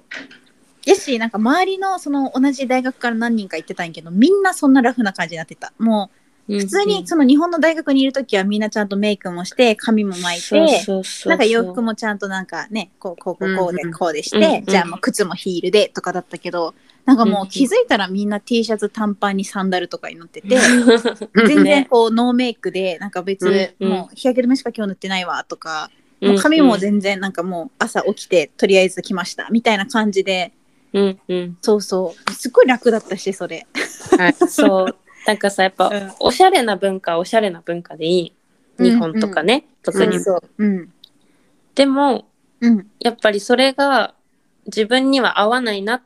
S2: やし、なんか周りのその同じ大学から何人か行ってたんやけど、みんなそんなラフな感じになってた。もう、普通にその日本の大学にいる時はみんなちゃんとメイクもして、髪も巻いて、
S1: そうそうそう
S2: なんか洋服もちゃんとなんかねこうこうこうこう
S3: うんう
S2: で
S3: ん
S2: こうでして、
S1: うんうん
S2: じゃあもう靴もヒールでとかだったけどなんかもう気づいたらみんな T シャツ短パンにサンダルとかになっ てて全然こうノーメイクでなんか別
S1: うんうん
S2: もう日焼け止めしか今日塗ってないわとかもう髪も全然なんかもう朝起きてとりあえず来ましたみたいな感じで
S1: うんうん、
S2: そうそうすっごい楽だったしそれ。
S1: そうなんかさやっぱ、
S2: うん
S1: おしゃれな文化はおしゃれな文化でいい日本とかね、
S3: ん
S1: 特に、
S2: そううん
S1: でも
S2: うん
S1: やっぱりそれが自分には合わないなっ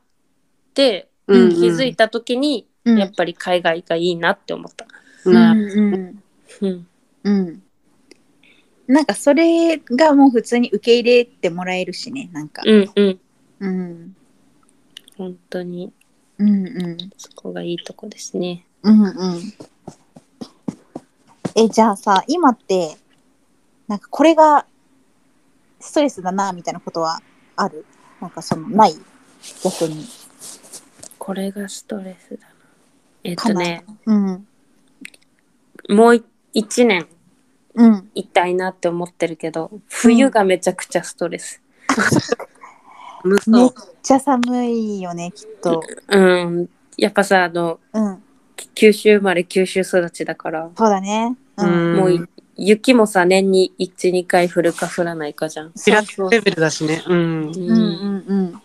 S1: て
S3: う
S1: 気
S3: ん
S1: づいた時に、
S2: うん
S1: やっぱり海外がいいなって思った、
S2: うん
S3: なる
S2: うん
S1: うん、
S2: うん。なんかそれがもう普通に受け入れてもらえるしね、なんか。
S1: うんうん
S2: うん。
S1: 本当に
S2: うんうん。
S1: そこがいいとこですね
S2: うんうん。え、じゃあさ、今って、なんかこれがストレスだな、みたいなことはあるなんかその、ない逆に。
S1: これがストレスだえっとね
S2: うん。
S1: もう1年
S2: うん。
S1: いたいなって思ってるけど冬がめちゃくちゃストレス、
S3: 寒
S2: め
S3: そ
S2: っ
S3: う。
S2: ちゃ寒いよね、きっと。
S1: うんやっぱさあの
S2: うん。
S1: き九州生まれ九州育ちだから、
S2: そうだね。うん。
S1: もうい雪もさ年に12回降るか降らないかじゃん、
S3: ピラティスレベルだしね。うん。
S2: うんうんうん。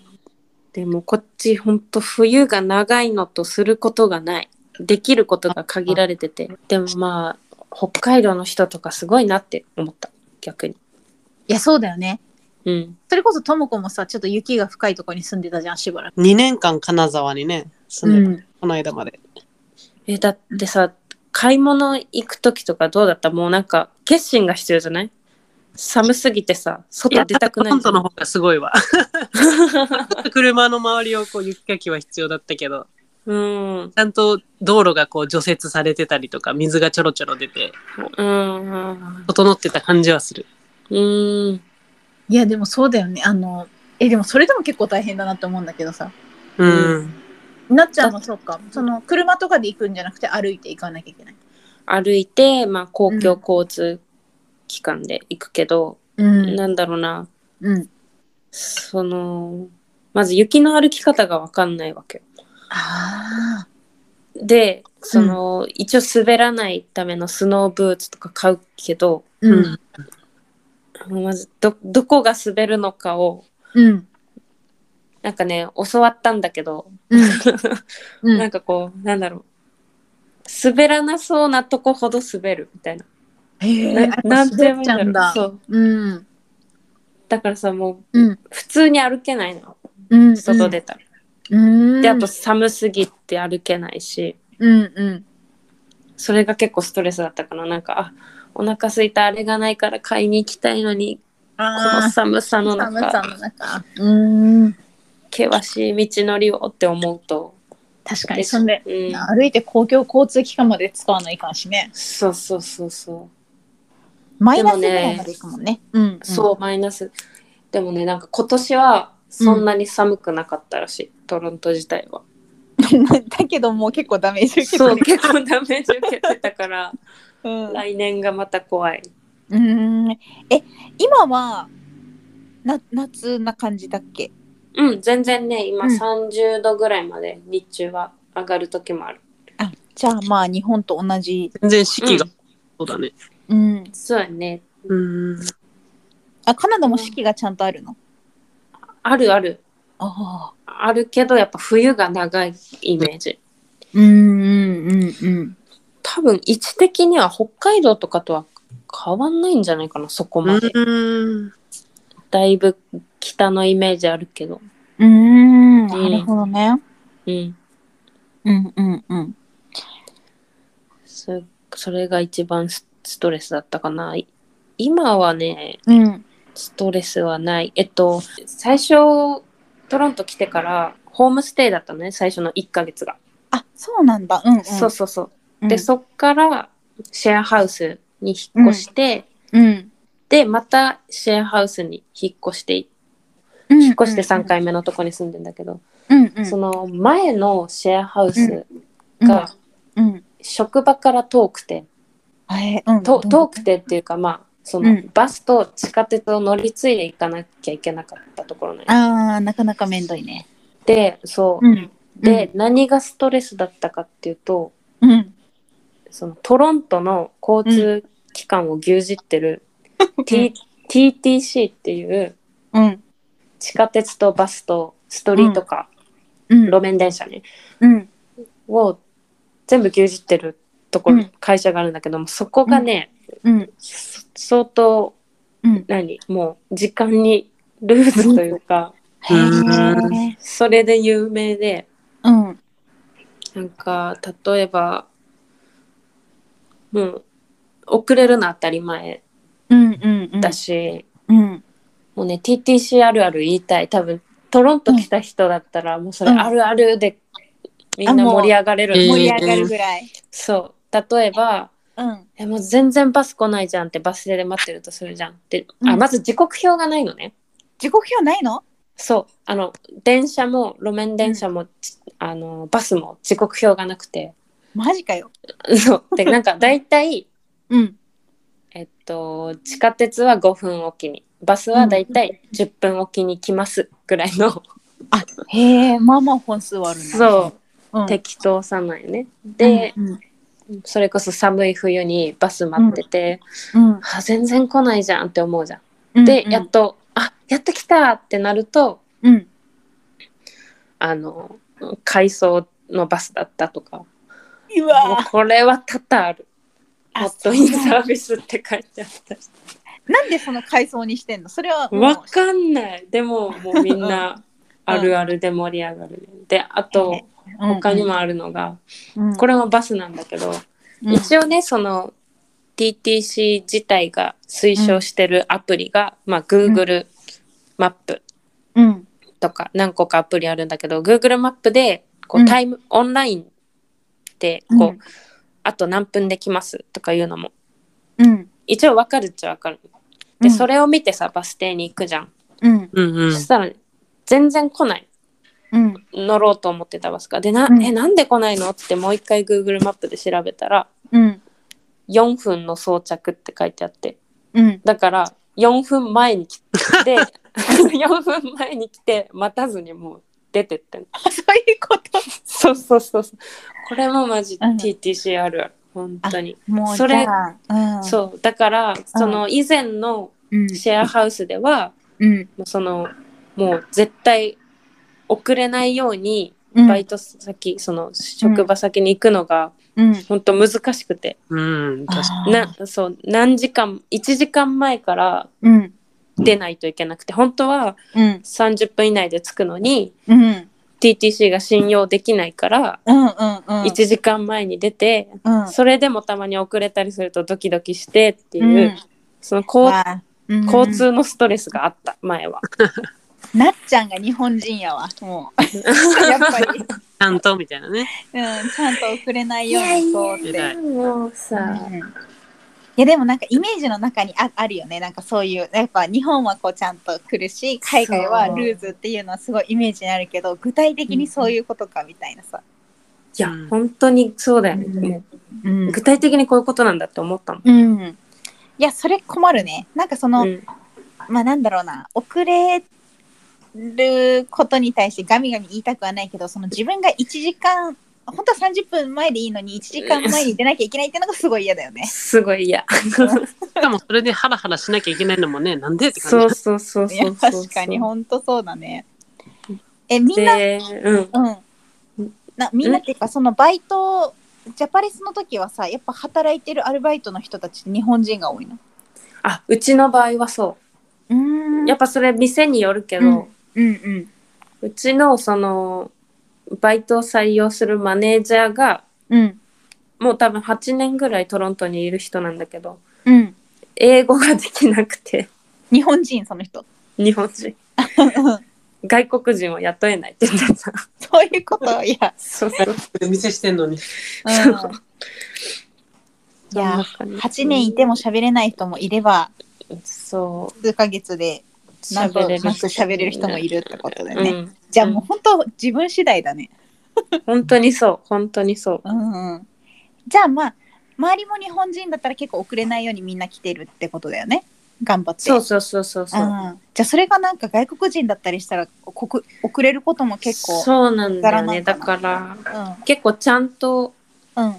S1: でもこっちほんと冬が長いのとすることがないできることが限られててでもまあ北海道の人とかすごいなって思った逆に
S2: いや、そうだよね。
S1: うん
S2: それこそともこもさ、ちょっと雪が深いところに住んでたじゃん、しばらく。
S3: 2年間金沢にね、住んでた、
S2: ん。
S3: この間まで。
S1: えだってさ買い物行く時とかどうだったもうなんか決心が必要じゃない寒すぎてさ
S3: い
S1: 外
S3: や、
S1: 出たくない
S3: 本当の方がすごい わ。 車の周りをこう雪かきは必要だったけど、
S1: うん
S3: ちゃんと道路がこう除雪されてたりとか、水がちょろちょろ出て、
S1: うん
S3: 整ってた感じはする。
S1: うん
S2: いや、でもそうだよね。あの、え、でもそれでも結構大変だなって思うんだけどさ。
S3: うん。
S2: なっちゃんもそうか。その、車とかで行くんじゃなくて歩いて行かなきゃいけない。
S1: 歩いて、まあ、公共交通機関で行くけど、
S2: うん。
S1: なんだろうな
S2: うん。
S1: そのまず雪の歩き方が分かんないわけよ
S2: ああ。
S1: でその、一応滑らないためのスノーブーツとか買うけど
S2: うん。
S1: まずどどこが滑るのかを
S2: うん。
S1: なんかね教わったんだけど、
S2: うん。う
S1: なん
S2: ん。
S1: かこうなんだろう滑らなそうなとこほど滑るみたいな。
S2: へえ。
S1: ななんて言えばいいんだろう。そ
S2: う。
S1: う
S2: うん。
S1: だからさも
S2: うん。
S1: う普通に歩けないの
S2: うん。
S1: 外。出たら。
S2: うん。
S1: であと、寒すぎて歩けないし
S2: うんうん。
S1: それが結構ストレスだったかななんかあお腹すいたあれがないから買いに行きたいのにこの
S2: あ
S1: 寒さ
S2: あ。
S1: の
S2: 寒さ
S1: 中
S2: の中。うん。
S1: 険しい道のりをって思うと、
S2: 確かに。そんで、
S1: うん、
S2: 歩いて公共交通機関まで使わないかんしね。
S1: そうそうそうそう
S2: マイナスぐらいまで行くもんね。うん。
S1: そうマイナスでもねなんか今年はそんなに寒くなかったらしい、トロント自体は
S2: うん。 だけど、もう結構ダメージ受けて
S1: そ
S2: る
S1: う。結構ダメージ受けてたから
S2: うん
S1: 来年がまた怖い、
S2: うーんえ今はな夏な感じだっけ
S1: うん全然ね今
S2: うん
S1: 30度ぐらいまで日中は上がる時もある
S2: あじゃあまあ日本と同じ、
S3: 全然四季が、そうだね。
S2: うん、
S1: そうやね
S3: うん。
S2: あカナダも四季がちゃんとあるの
S1: あるある
S2: ああ
S1: あるけどやっぱ冬が長いイメージ
S2: うんうんうんうん
S1: 多分位置的には北海道とかとは変わんないんじゃないかなそこまで、
S3: うん。
S1: だいぶ北のイメージあるけど
S2: うーん
S1: うん
S2: なるほどね
S1: うん
S2: うんうんうん
S1: そそれが一番スストレスだったかない今はね
S2: うん
S1: ストレスはないえっと最初トロント来てからホームステイだったのね最初の1ヶ月が、
S2: あそうなんだうんうん
S1: そうそうそう
S2: うん
S1: でそっからシェアハウスに引っ越して、
S2: うん
S1: でまたシェアハウスに引っ越して
S2: うん
S1: 引っ越して3回目のとこに住んでんだけど、
S2: うんうん
S1: その前のシェアハウス
S2: うん
S1: が
S2: うん
S1: 職場から遠くて、
S2: あえうん
S1: と
S2: ど
S1: 遠
S2: ん
S1: くてっていうかまあその
S2: うん
S1: バスと地下鉄を乗り継いで行かなきゃいけなかったところね。
S2: あーなかなかめんどいね
S1: でそう、
S2: うん
S1: で何がストレスだったかっていうと
S2: うん
S1: そのトロントの交通機関を牛耳ってる、T- TTC っていう
S2: うん
S1: 地下鉄とバスとストリートカ
S2: うん
S1: ー、路面電車ね
S2: うん
S1: を全部牛耳ってるところ、
S2: うん
S1: 会社があるんだけどもそこがね、
S2: うん
S1: そ相当
S2: うん
S1: 何もう時間にルーズというか、
S2: へえ
S1: それで有名で
S2: うん
S1: なんか例えばもう遅れるの当たり前
S2: うんうんうん
S1: だし、
S2: うん
S1: もうね TTC あるある言いたい多分トロント来た人だったら、もうそれ
S2: うん
S1: あるあるでみんな
S2: あもう
S1: 盛り上がれる、
S3: えー
S2: 盛り上がるぐらい。
S1: そう例えば
S2: うん。
S1: えもう全然バス来ないじゃんってバス停で待ってるとするじゃんで、
S2: う
S1: あ
S2: ん
S1: まず時刻表がないのね
S2: 時刻表ないの？
S1: そうあの電車も路面電車も、ちあのバスも時刻表がなくて
S2: マジかよ。
S1: そうでなんか大体
S2: うん。
S1: えっと地下鉄は5分おきにバスは大体10分おきに来ますぐらいの、
S2: へえ、まあまあ本数はあるんだ。
S1: そう
S2: うん。うん。
S1: 適当さないねで、
S2: うん、
S1: それこそ寒い冬にバス待ってて、
S2: うん
S1: あ全然来ないじゃんって思うじゃん。
S2: うん、
S1: で、
S2: うん
S1: やっ、とあやっと来たってなると
S2: うん。
S1: あの回送のバスだったとか
S2: う
S1: も
S2: わ
S1: うこれは多々ある。
S2: あ
S1: ホットイン
S2: そうな
S1: サ
S2: ん
S1: ービスって書いてあったし
S2: なんでその階層にしてんのそれはもう
S1: わかんないでももうみんなあるあるで盛り上がる、ね、であと他に、もあるのが、
S2: うんうん、
S1: これもバスなんだけど、
S2: うん、
S1: 一応ねその TTC 自体が推奨してるアプリが、まあ、Google マップ
S2: うん、
S1: とか何個かアプリあるんだけど Google マップでこ
S2: うん
S1: うタイム、オンラインでこう、
S2: うん
S1: あと何分できますとかいうのも
S2: うん。
S1: 一応分かるっちゃ分かるで、そ
S2: れ、
S1: れを見てさバス停に行くじゃん、
S2: うん、
S3: うんうん
S1: そしたら全然来ない
S2: うん、
S1: 乗ろうと思ってたバスがでな、
S2: うん
S1: えなんで来ないのってもう一回 Google マップで調べたら
S2: うん、
S1: 4分の装着って書いてあって
S2: うん。
S1: だから4分前に来 て4分前に来て待たずにもう出てってんの
S2: あそういうこと。
S1: そうそうそうそうこれもマジ
S2: うん
S1: TTC あるある本当に、
S2: もう
S1: それ
S2: じゃあうん、
S1: そうだからその以前の
S2: うん、
S1: シェアハウスでは、
S2: うん、
S1: もうそのもう絶対遅れないように
S2: うん、
S1: バイト先、その職場先に行くのが
S2: うん、
S1: 本当難しくて、
S3: うん確か
S2: あー、
S1: なそう何時間1時間前から
S2: うん、
S1: 出ないといけなくて本当は
S2: うん、
S1: 30分以内で着くのに
S2: うん、うん、
S1: TTC が信用できないから
S2: うん、うん、
S1: 1時間前に出て、
S2: うん、
S1: それでもたまに遅れたりするとドキドキしてっていうう、
S2: ん
S1: その交
S2: わあうん
S1: 交通のストレスがあった前は。
S2: なっちゃんが日本人やわも うやっぱり、
S3: ちゃんとみたいなね。
S2: うん、ちゃんと遅れないようにこうって
S3: いやいやいや
S1: もうさ
S2: うんいやでもなんかイメージの中にああるよねなんかそういうやっぱ日本はこうちゃんと来るし海外はルーズっていうのはすごいイメージにあるけど具体的にそういうことかみたいなさ、
S1: いや、
S3: うん
S1: 本当にそうだよね、
S2: うん
S1: も
S2: うん
S1: う具体的にこういうことなんだって思ったの。
S2: うん、いやそれ困るねなんかその、
S1: うん
S2: まあなんだろうな遅れることに対してガミガミ言いたくはないけどその自分が1時間本当は30分前でいいのに1時間前に出なきゃいけないってのがすごい嫌だよね。
S1: すごい嫌。
S3: しかもそれでハラハラしなきゃいけないのもね、なんでって感じ。
S1: そうそうそう
S2: い
S1: そ
S2: や
S1: うそうそう。
S2: 確かに本当そうだね。えみんな,、
S1: で、うん、
S2: うん、なみんなっていうかそのバイトジャパレスの時はさやっぱ働いてるアルバイトの人たちって日本人が多いの。
S1: あうちの場合はそうう。
S2: ん
S1: やっぱそれ店によるけど、
S2: うんうん
S1: うちのそのバイトを採用するマネージャーが
S2: うん
S1: もう多分8年ぐらいトロントにいる人なんだけど
S2: うん
S1: 英語ができなくて
S2: 日本人その人。
S1: 日本人 外国人を雇えないって言ってた
S2: そういうこといや。
S1: そうそう
S3: お店してんのに。
S2: うんいや8
S1: 8
S2: 年いても喋れない人もいれば
S1: そう
S2: 数ヶ月でなんとなく喋れる人もい
S1: る
S2: るってことだよ
S1: う
S2: ね、
S1: ん、
S2: じゃあもう本当自分次第だね
S1: 本当にそう本当にそう
S2: うんうんじゃあまあ周りも日本人だったら結構遅れないようにみんな来てるってことだよね頑張って
S1: そうそうそうそうそうう、
S2: ん、じゃあそれがなんか外国人だったりしたらこく遅れることも結構
S1: そうなんだよね
S2: ざ
S1: だ
S2: ら
S1: か
S2: なん
S1: ら
S2: う
S1: 結構ちゃんと
S2: んうん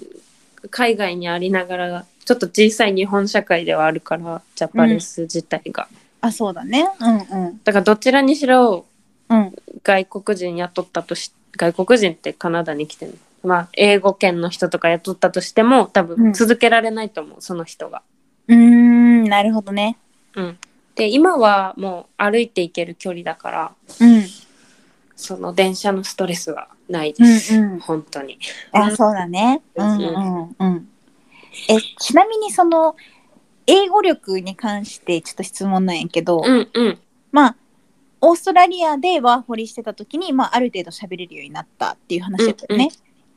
S1: 海外にありながらちょっと小さい日本社会ではあるからジャパレス自体が、
S2: あそうだねうんうん
S1: だからどちらにしろ
S2: うん
S1: 外国人雇ったとし外国人ってカナダに来てるまあ英語圏の人とか雇ったとしても多
S2: うん
S1: 分続けられないと思う、その人が。
S2: うーんなるほどね
S1: で今はもう歩いて行ける距離だから
S2: うん
S1: その電車のストレスはないで
S2: う
S1: す、
S2: んうん
S1: 本当に。
S2: あ、そうだね。うん
S1: う
S2: うんうん。え、ちなみにその英語力に関してちょっと質問なんやけど、
S1: うんうん
S2: まあオーストラリアでワーホリしてた時に、まあ、ある程度喋れるようになったっていう話だったよね。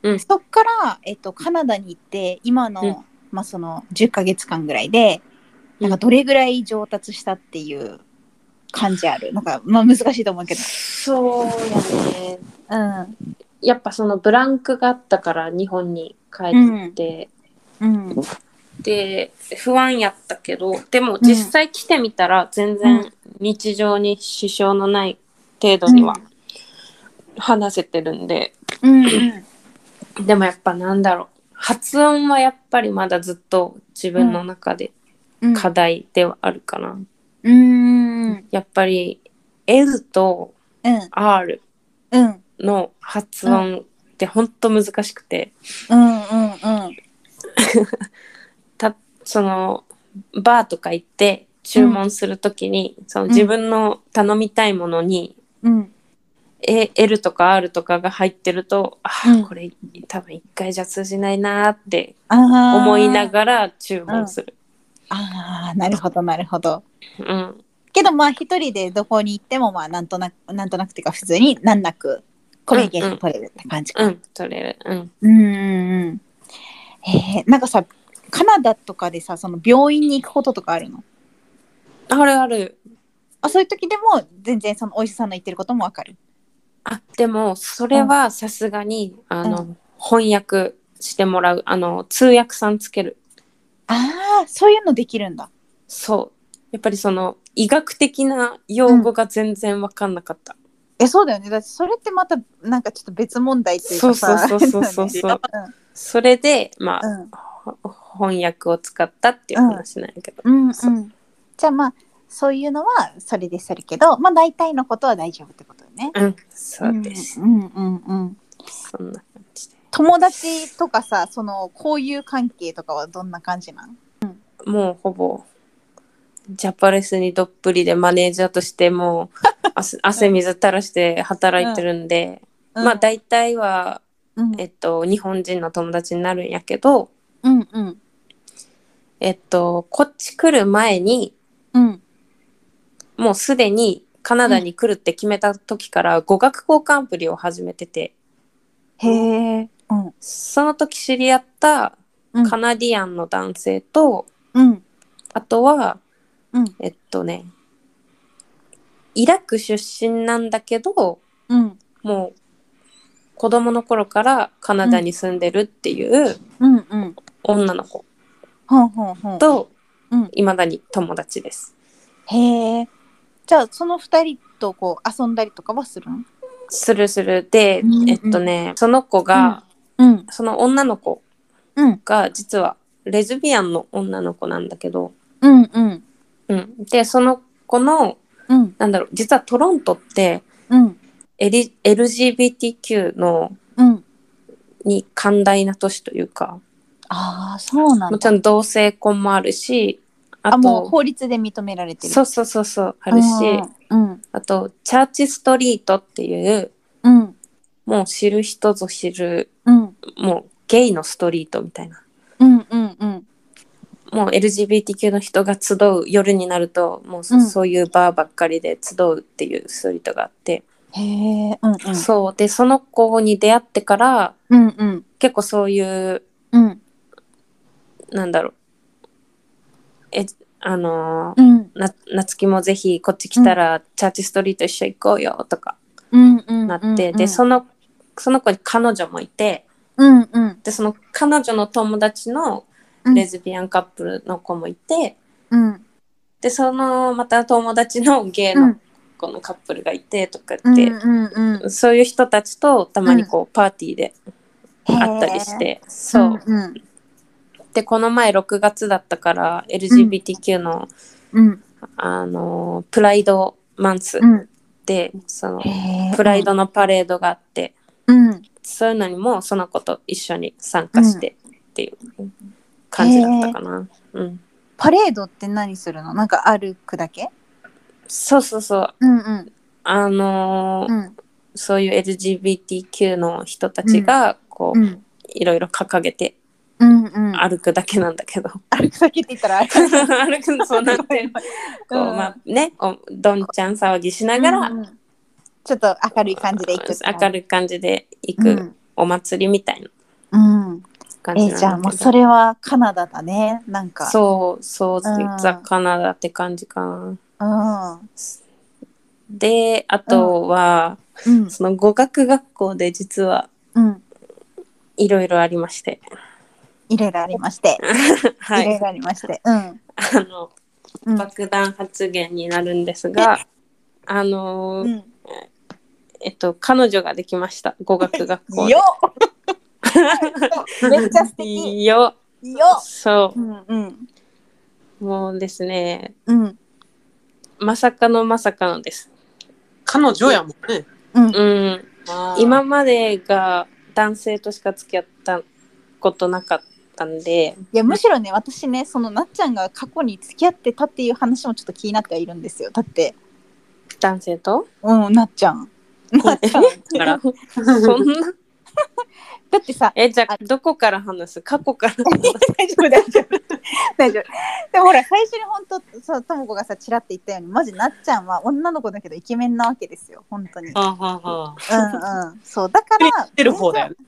S1: うんうんうん
S2: そっから、えっと、カナダに行って今の、
S1: うん
S2: まあ、その10ヶ月間ぐらいでなんかどれぐらい上達したっていう感じあるなんか、まあ、難しいと思うけど。
S1: そうやね
S2: うん
S1: やっぱそのブランクがあったから日本に帰って、
S2: うん
S1: で不安やったけどでも実際来てみたら全
S2: う
S1: 然日常に支障のない程度には話せてるんで、
S2: うんうん
S1: でもやっぱなんだろう発音はやっぱりまだずっと自分の中で
S2: うん
S1: 課題ではあるかな、
S2: うんうん
S1: やっぱり L と R
S2: うん
S1: の発音ってほんと難しくて
S2: うんうんうん
S1: たそのバーとか行って注文するときに、その
S2: ん
S1: 自分の頼みたいものに
S2: うん
S1: え L とか R とかが入ってると、あー
S2: うん
S1: これ多分一回じゃ通じないなーって
S2: あー
S1: 思いながら注文する。
S2: あーなるほどなるほど
S1: うん、
S2: けどまあ一人でどこに行ってもまあなんとなくなんとなくっていうか普通に難なくコミュニケーション取れるって感じか
S1: うん、取れる。うん。
S2: うんうんうんえーなんかさカナダとかでさその病院に行くこととかあるの
S1: あるある。
S2: あそういう時でも全然そのお医者さんの言ってることもわかる
S1: あ、でも、それはさすがに、あの、
S2: う
S1: 翻訳してもらう、あの、通訳さんつける。
S2: ああそういうのできるんだ
S1: そう。やっぱりその、医学的な用語が全然わかんなかった。
S2: えそうだよねだってそれってまたなんかちょっと別問題っていう
S1: そう
S2: か
S1: そう
S2: さ。
S1: そうそうそうそう
S2: う
S1: それで、まあ、
S2: ん
S1: 翻訳を使ったっていう話なんやけど。
S2: うんうん
S1: そう
S2: うんじゃあまあそういうのはそれでするけどまあ大体のことは大丈夫ってことよね
S1: うん、そうです。
S2: うんうんうん
S1: そんな感じで。
S2: 友達とかさその交友関係とかはどんな感じなん
S1: もうほぼジャパレスにどっぷりでマネージャーとしてもう 汗汗水垂らして働いてるんで、まあ大体は、
S2: うん
S1: えっと、日本人の友達になるんやけど、
S2: うんうん
S1: えっと、こっち来る前に
S2: うん
S1: もうすでにカナダに来るって決めた時から語学交換アプリを始めてて
S2: へえうん
S1: その時知り合った
S2: うん
S1: カナディアンの男性と、
S2: うん
S1: あとは、
S2: うん
S1: えっとねイラク出身なんだけど、
S2: うん
S1: もう子供の頃からカナダに住んでるっていう
S2: うんうん
S1: 女の子
S2: ほんほんほん
S1: と
S2: うん
S1: いまだに友達です。
S2: へえじゃあその二人とこう遊んだりとかはするの
S1: するするで、
S2: うんうん
S1: えっとねその子が、
S2: うん
S1: その女の子
S2: うん
S1: が実はレズビアンの女の子なんだけど、
S2: うんうん
S1: うん、でその子の
S2: うん
S1: なんだろう実はトロントって
S2: うん
S1: エリ LGBTQ の
S2: うん
S1: に寛大な都市というか
S2: ああそうなん
S1: も
S2: だ
S1: ちろん同性婚もあるしあ
S2: あもう
S1: と
S2: 法律で認められてる
S1: そうそうそうそうあるし。
S2: うん
S1: あと、チャーチストリートっていう、
S2: うん
S1: もう知る人ぞ知る、
S2: うん
S1: もうゲイのストリートみたいな。
S2: うんうんうん
S1: もう LGBTQ の人が集う夜になると、もうそ,、
S2: う
S1: うんいうバーばっかりで集うっていうストリートがあって、
S2: へえうんうん
S1: そう。で、その子に出会ってから、
S2: うんうん
S1: 結構そういう、
S2: うん
S1: なんだろう。え、あのー
S2: うん
S1: な、夏希もぜひこっち来たら、チャーチストリート一緒行こうよとか
S2: うんうん
S1: なって、で、その、その子に彼女もいて、
S2: うんうん
S1: でその彼女の友達の
S2: うん
S1: レズビアンカップルの子もいて、
S2: うん
S1: でそのまた友達のゲイの子のカップルがいてとか
S2: う
S1: っ
S2: ん
S1: て、
S2: うんうん
S1: そういう人たちとたまにこうパーティーで会ったりして、そう、
S2: うん
S1: でこの前6月だったから LGBTQ の、
S2: うん
S1: あのプライドマンス
S2: うん
S1: で、その
S2: へえ
S1: プライドのパレードがあって、
S2: うん
S1: そういうのにもその子と一緒に参加してっていう感じだったかな。うん
S2: パレードって何するのなんか歩くだけ
S1: そうそうそう。
S2: うんうん
S1: あのー
S2: うん
S1: そういう LGBTQ の人たちが、こう、
S2: うん
S1: いろいろ掲げて
S2: うんうん
S1: 歩くだけなんだ けど。
S2: 歩くだけって言ったら歩く
S1: 歩くのそうなんて、こう、まあね、おどんちゃん騒ぎしながら、
S2: ちょっと明るい感じで行く
S1: 明るい感じで行くお祭りみたいな
S2: うん
S1: 感じ
S2: え
S1: なんだけど。
S2: ーじゃあもうそれはカナダだねなんかう、
S1: そう、そう、
S2: うん
S1: ザ・カナダって感じかな。
S2: んうん、
S1: で、あとは、その語学学校で実は、
S2: うん
S1: いろいろありま して。
S2: いろいろありまして、、
S1: はい
S2: ろい
S1: い。
S2: ろありまして、うん、
S1: あの、
S2: うん
S1: 爆弾発言になるんですが、あのー
S2: うん、
S1: えっと、彼女ができました。語学学校で
S2: よ。めっちゃ素 敵
S1: いい よ。
S2: よ。
S1: そ
S2: うんうん
S1: う。もうですね、
S2: うん
S1: まさかのまさかのです。
S3: 彼女やもんね。
S2: うん
S1: うん。
S3: あー
S1: 今までが男性としか付き合ったことなかったんで、
S2: いやむしろね私ねそのなっちゃんが過去に付き合ってたっていう話もちょっと気になってはいるんですよだって
S1: 男性と
S2: うんなっちゃんなっちゃん
S1: だから そ
S3: うん
S1: な
S2: だってさ
S1: えじゃあどこから話す過去から
S2: 大丈夫大丈夫大丈夫でもほら最初に本当そうともこがさちらって言ったようにマジなっちゃんは女の子だけどイケメンなわけですよ本当にうん
S3: はあはあはあ。
S2: うんそうだか
S3: モ
S2: ら
S3: テる方だよね。
S2: うん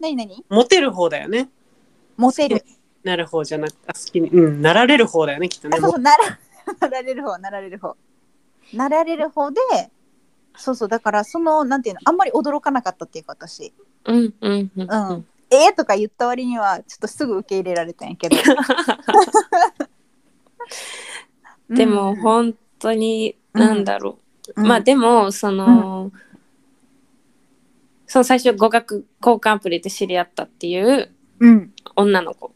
S2: 何何
S3: モテる方だよね。
S2: モテる
S3: なる方じゃなくて、あ好きに、うん、なられる方だよね、きっと
S2: あ
S3: ね。
S2: そう
S3: も
S2: そうなら なられる方なられる方なられる方でそうそうだからそのなんていうのあんまり驚かなかったっていうか私
S1: うんうんうん
S2: うん、えーとか言った割にはちょっとすぐ受け入れられたんやけど
S1: でも本当になんだろう、
S2: うん
S1: まあでもその、その最初語学交換アプリで知り合ったっていう
S2: うん
S1: 女の子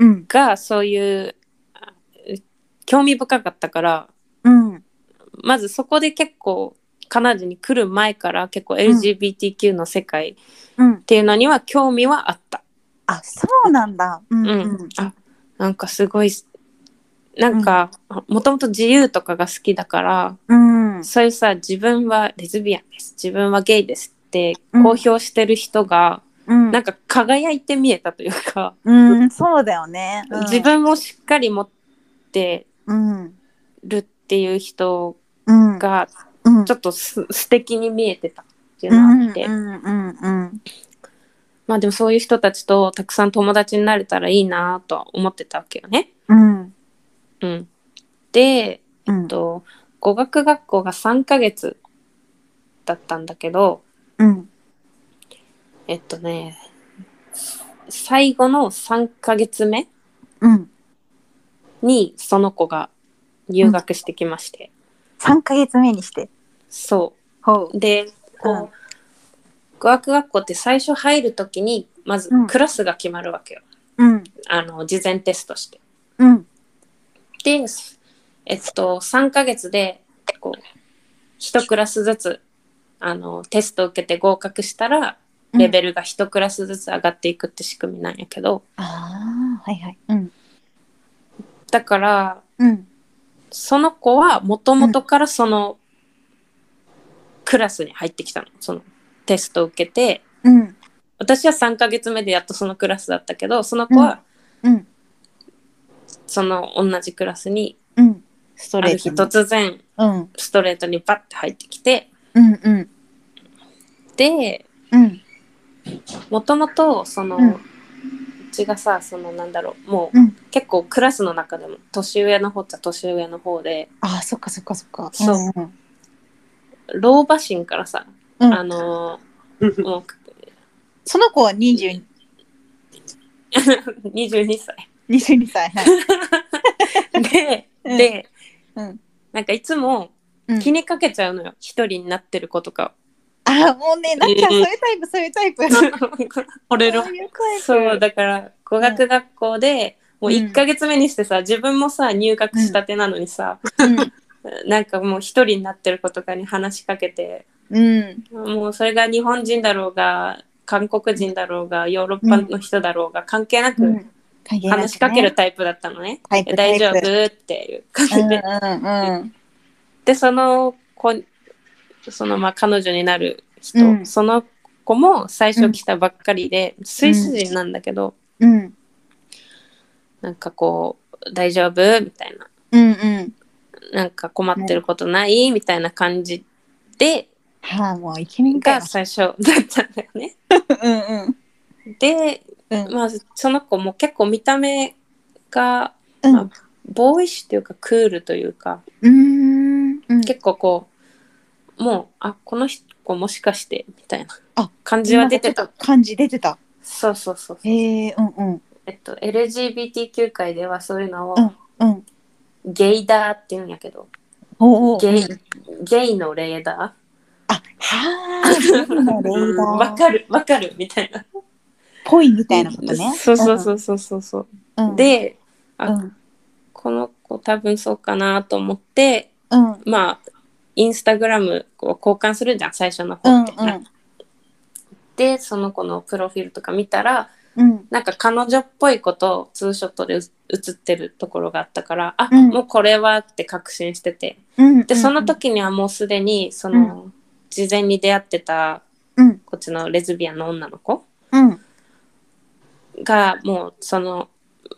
S2: うん
S1: がそういうあ興味深かったから
S2: うん
S1: まずそこで結構カナダに来る前から結構 LGBTQ の世界っ
S2: うん
S1: ていうのには興味はあった。
S2: あそうなんだうん
S1: う
S2: うんん
S1: あなんかすごいなんかもともと自由とかが好きだから
S2: うんうん
S1: そういうさ自分はレズビアンです自分はゲイですって
S2: うん
S1: 公表してる人が、
S2: うん
S1: なんか輝いて見えたというか、
S2: うんそうだよね、うん
S1: 自分もしっかり持って
S2: うん
S1: るっていう人
S2: うん
S1: が
S2: うん
S1: ちょ
S2: っ
S1: っとす素敵に見えてたっていうのがあって、
S2: うんうんうん
S1: まあでもそういう人たちとたくさん友達になれたらいいなとは思ってたわけよね。
S2: うん
S1: うん、で、
S2: う
S1: えっ
S2: ん
S1: と、語学学校が3ヶ月だったんだけど
S2: うん
S1: えっとね最後の3ヶ月目
S2: うん
S1: にその子が入学してきまして、
S2: 3ヶ月目にして
S1: そ
S2: ほう
S1: うでこう、
S2: うん
S1: 語学学校って最初入る時にまず
S2: うん
S1: クラスが決まるわけよ、
S2: うん
S1: あの事前テストして。
S2: うん
S1: で、えっと、3ヶ月でこう1クラスずつあのテストを受けて合格したらレベルが1クラスずつ上がっていくって仕組みなんやけど、
S2: ああはいはいうん
S1: だから
S2: うん
S1: その子はもともとからそのクラスに入ってきたのそのテストを受けて
S2: うん
S1: 私は3ヶ月目でやっとそのクラスだったけどその子は
S2: うん
S1: その同じクラスに
S2: うん
S3: スト
S1: ある日突然
S2: うん
S1: ストレートにバッて入ってきて
S2: うんうん
S1: で
S2: うん
S1: もともとその、
S2: う
S1: うんちがさそのなんだろうもう、
S2: うん
S1: 結構クラスの中でも年上の方っちゃ年上の方で
S2: ああそっかそっかそっか
S1: そう
S2: うん
S1: 老婆心からさ、
S2: うん
S1: あのー も
S2: その子は20
S1: う22歳
S2: 22歳はい
S1: で、
S2: うん
S1: で、
S2: うん
S1: なんかいつも
S2: うん
S1: 気にかけちゃうのよ一、人になってる子と か
S2: ああもうねなっちゃんそういうタイプそういうタイプそういう
S3: 惚れる。
S2: タイプ
S1: そうだから語学学校で、もう
S2: うん
S1: 1ヶ月目にしてさ自分もさ入学したてなのにさ、なんかもう一人になってる子とかに話しかけて
S2: うんうん
S1: もうそれが日本人だろうが韓国人だろうがヨーロッパの人だろうが関係な
S2: う
S1: く
S2: ん関係なくね
S1: 話しかけるタイプだったのね。
S2: タイプ
S1: 大丈
S2: タイプ
S1: 夫っていう感
S2: う
S1: じ
S2: ん
S1: で。
S2: うん
S1: でその子そのまあ彼女になる人、
S2: うん
S1: その子も最初来たばっかりで、スイス人なんだけど
S2: うんうん
S1: なんかこう「大丈夫?」みたいな
S2: うんうん
S1: 「なんか困ってることない?」みたいな感じで
S2: はあもうイケメンかよ
S1: が最初だったんだよね。
S2: うんうん
S1: で
S2: うん
S1: まあ、その子も結構見た目が
S2: うん
S1: まあボーイッシュというかクールというか
S2: うーんうん
S1: 結構こうもうあこの子もしかしてみたいな
S2: あ
S1: 感じは出てた
S2: 感じ出てた
S1: そうそうそうそう。
S2: へえうんうん
S1: えっと、LGBTQ 界ではそういうのを
S2: うん
S1: ゲイダーって言うんやけど、
S2: おうおう
S1: ゲイゲイのレーダ
S2: あはあそうな
S1: ー。
S2: ん だレーダ
S1: うんわ
S2: ーっ
S1: かる、わかるみたいな。
S2: ぽいみたいなことね
S1: そうそうそうそうそうそう。
S2: うん
S1: で、
S2: う
S1: あ
S2: ん
S1: この子多分そうかなと思って、
S2: うんうん
S1: まあ、インスタグラムを交換するじゃん、最初の
S2: う
S1: 方
S2: ん
S1: って。で、その子のプロフィールとか見たら、
S2: うん
S1: なんか彼女っぽいことをツーショットでう写ってるところがあったから、あ、
S2: うん
S1: もうこれはって確信してて。
S2: うん
S1: で、その時にはもうすでに、その、事前に出会ってた、
S2: うん
S1: こっちのレズビアンの女の子
S2: うん
S1: が、もうその、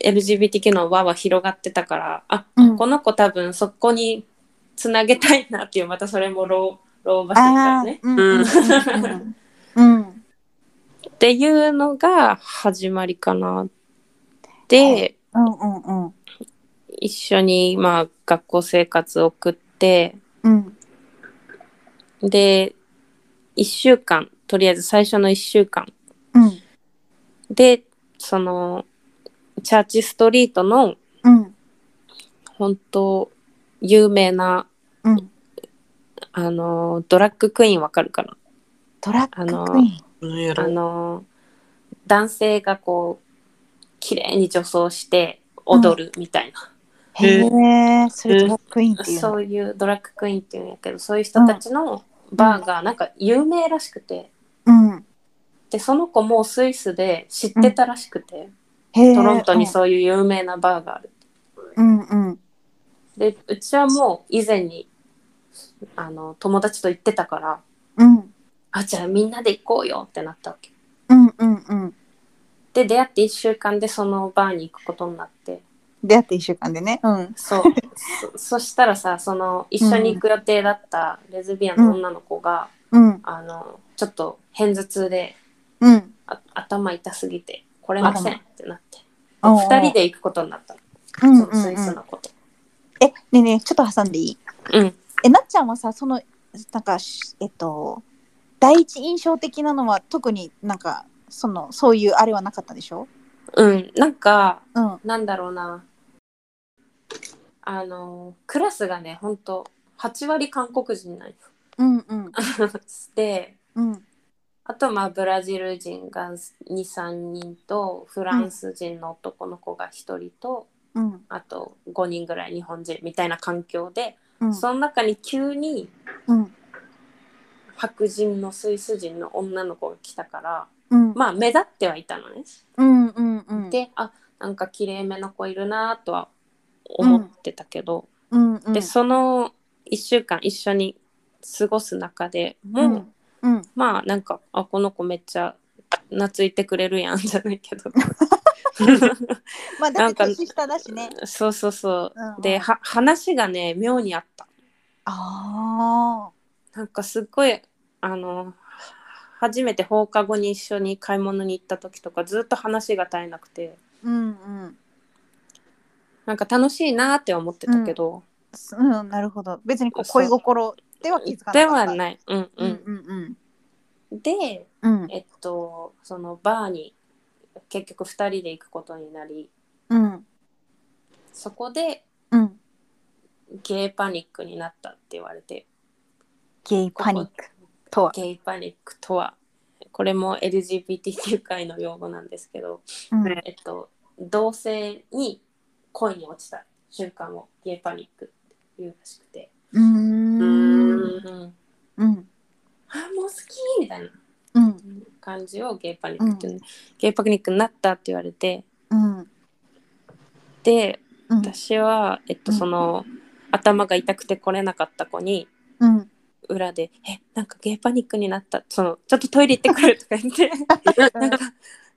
S1: LGBTQ の輪は広がってたから、あ、
S2: うん
S1: この子多分そこにつなげたいなっていう、またそれも老、老婆心から
S2: あ
S1: ね
S2: ー。うんうんうんうん
S1: っていうのが始まりかな。で、
S2: うんうんうん
S1: 一緒に、まあ、学校生活を送って、
S2: うん
S1: で、一週間、とりあえず最初の一週間
S2: うん
S1: で、その、チャーチストリートの、
S2: うん
S1: 本当有名な、
S2: うん
S1: あの、ドラッグクイーンわかるかな
S2: トラッ
S1: あ
S2: ク
S1: の
S2: クイーン
S3: なんや
S1: あ
S3: ろ。
S1: の、男性がこう、綺麗に女装して踊るみたいな、
S2: へえそれトラッククイーンっていうの
S1: そういうドラッグクイーンっていうんやけど、そういう人たちのバーがなんか有名らしくて、
S2: うん
S1: で、その子もスイスで知ってたらしくて、
S2: へー
S1: トロントにそういう有名なバーがある。
S2: うんうん
S1: で、うちはもう以前に、あの、友達と行ってたから、
S2: うん
S1: あ、じゃあみんなで行こうよってなったわけ。
S2: うんうんうん
S1: で、出会って1週間でそのバーに行くことになって、
S2: 出会って一週間でねうん
S1: そう。そそしたらさ、その、一緒に行く予定だったレズビアンの女の子が、
S2: うん
S1: あの、ちょっと偏頭痛で、
S2: うん
S1: あ頭痛すぎて、来れませんってなって、
S2: おうおう
S1: 2人で行くことになったの。
S2: うんうん
S1: そのスイス
S2: うん
S1: のこと。
S2: えねえねえちょっと挟んでいい
S1: うん。
S2: えなっちゃんはさそのなんかしえっと第一印象的なのは特になんかそのそういうあれはなかったでしょ
S1: うん。なんか、
S2: うん
S1: なんだろうな。あの、クラスがね、ほんと、8割韓国人なんよ。
S2: うんうん
S1: で、
S2: うん
S1: あと、まあ、ブラジル人が2、3人と、フランス人の男の子が1人と、
S2: うん
S1: あと5人ぐらい日本人みたいな環境で、
S2: うん
S1: その中に急に
S2: うん
S1: 白人のスイス人の女の子が来たから、
S2: うん
S1: まあ、目立ってはいたのね。
S2: うんうんうん
S1: で、あ、なんか綺麗めの子いるなとは思ってたけど、
S2: うんうん
S1: でその1週間一緒に過ごす中でもう、
S2: うんうん
S1: まあなんかあこの子めっちゃ懐いてくれるやんじゃない けど
S2: まあだっ
S1: なん
S2: て
S1: か
S2: 年下だしね
S1: そうそうそう、
S2: うんうん
S1: では話がね妙にあった
S2: あ
S1: なんかすっごいあの初めて放課後に一緒に買い物に行った時とかずっと話が絶えなくて
S2: ーうんうん
S1: なんか楽しいなって思ってたけど、
S2: すうんなるほど別にこう
S1: そう
S2: 恋心では気づかなかった
S1: ではないうん
S2: う
S1: うんん、
S2: うんうん
S1: で
S2: うん
S1: えっとそのバーに結局2人で行くことになり
S2: うん
S1: そこで
S2: うん
S1: ゲイパニックになったって言われて
S2: ゲイパニックとは
S1: ゲイパニックとはこれも LGBTQ 界の用語なんですけど、
S2: うん
S1: えっと、同性に恋に落ちた瞬間をゲイパニックっていうらしくて
S2: うー
S1: うん
S2: うん
S1: あもう好きみたいな
S2: うん
S1: 感じをゲイパニックっていう、ゲイパニックになったって言われて
S2: うん
S1: で
S2: うん
S1: 私は、えっと、
S2: うん
S1: その、頭が痛くて来れなかった子に
S2: うん
S1: 裏で「えなんかゲイパニックになったそのちょっとトイレ行ってくる」とか言ってなんか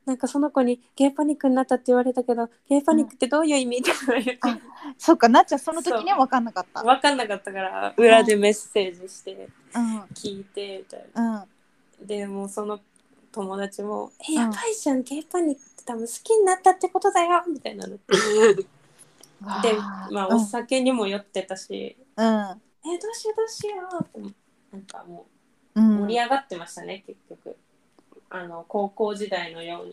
S1: なんかその子に「ゲイパニックになった」って言われたけど「ゲイパニックってどういう意味?」とか言って
S2: あそっかなっちゃんその時には分かんなかった
S1: 分かんなかったから裏でメッセージして
S2: うん
S1: 聞いてみたいな。
S2: うん
S1: でもうその友達も「え
S2: うん
S1: やばいじゃんゲイパニックって多分好きになったってことだよ」みたいなの。でまあお酒にも酔ってたし。
S2: あ
S1: えどうしようどうしようってなんかも
S2: う
S1: う
S2: んう
S1: 盛
S2: ん
S1: り上がってましたね、結局あの高校時代のように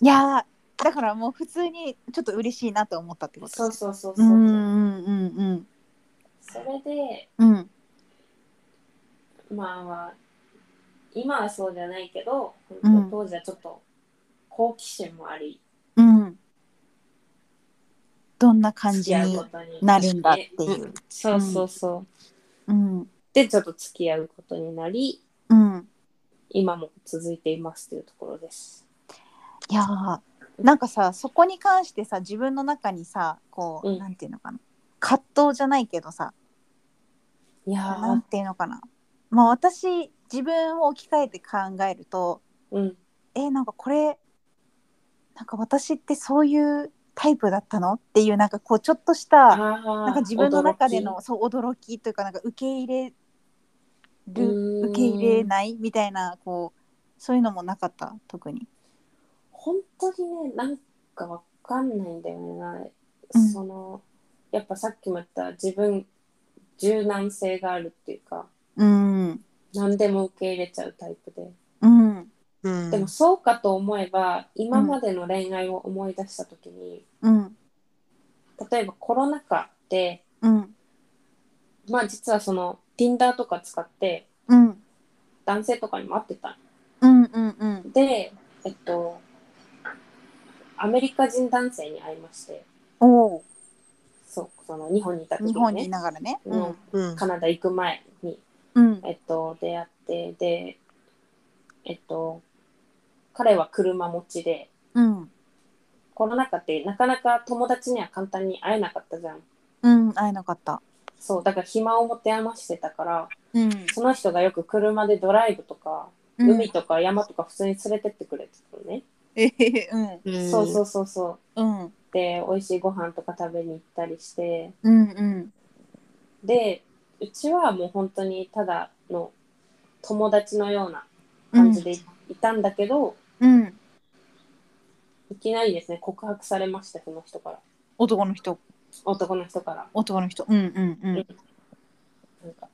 S2: いやーだからもう普通にちょっと嬉しいなと思ったってこと
S1: そうそうそう
S2: う
S1: そう、
S2: んうんうん
S1: それで
S2: うんうん
S1: まあ今はそうじゃないけど
S2: う
S1: 本
S2: ん
S1: 当当時はちょっと好奇心もあり
S2: うんどんな感
S1: 付
S2: じ
S1: き合う
S2: に
S1: ことに
S2: なるんだってい
S3: うん
S2: う
S1: そうそうそう、
S2: うん
S1: でちょっと付き合うことになり
S2: うん
S1: 今も続いていますというところです
S2: いやーなんかさそこに関してさ自分の中にさこう、
S1: うん
S2: なんていうのかな葛藤じゃないけどさ
S1: い
S2: な
S1: や
S2: んていうのかなまあ私自分を置き換えて考えると
S1: ーうん
S2: えなんかこれなんか私ってそういうタイプだったのっていうなんかこうちょっとした
S1: な
S2: なんか自分の中でのそう驚きというかなんか受け入れる受け入れないみたいなこうそういうのもなかった特に。
S1: 本当にねなんかわかんないんだよねな、
S2: うん
S1: そのやっぱさっきも言った自分柔軟性があるっていうか
S2: うん
S1: 何でも受け入れちゃうタイプで、
S2: うん
S3: うん
S1: でもそうかと思えば今までの恋愛を思い出した時に、
S2: うん
S1: 例えばコロナ禍で
S2: うん
S1: まあ実はその Tinder とか使って
S2: うん
S1: 男性とかにも会ってた
S2: うんうんうん
S1: んでえっとアメリカ人男性に会いまして
S2: おお
S1: そうその日本にいた時に
S2: 日本にい
S1: ね
S2: ながらね。
S1: うん
S3: うん
S1: カナダ行く前に
S2: うん
S1: えっと、出会って、で、えっと、彼は車持ちで、
S2: うん
S1: コロナ禍ってなかなか友達には簡単に会えなかったじゃん。
S2: うん会えなかった。
S1: そう、だから暇を持て余してたから、
S2: うん
S1: その人がよく車でドライブとか、
S2: うん
S1: 海とか山とか普通に連れてってくれてたのね。
S2: えへへうん
S3: うん
S1: そうそうそうそう。
S2: うん
S1: で、美味しいご飯とか食べに行ったりして、
S2: うんうん
S1: で、うちはもう本当にただの友達のような感じでいたんだけど、
S2: うん
S1: いきなりですね、告白されました、その人から。
S2: 男の人
S1: 男の人から。
S2: 男の人うんうんうん
S1: なんか、好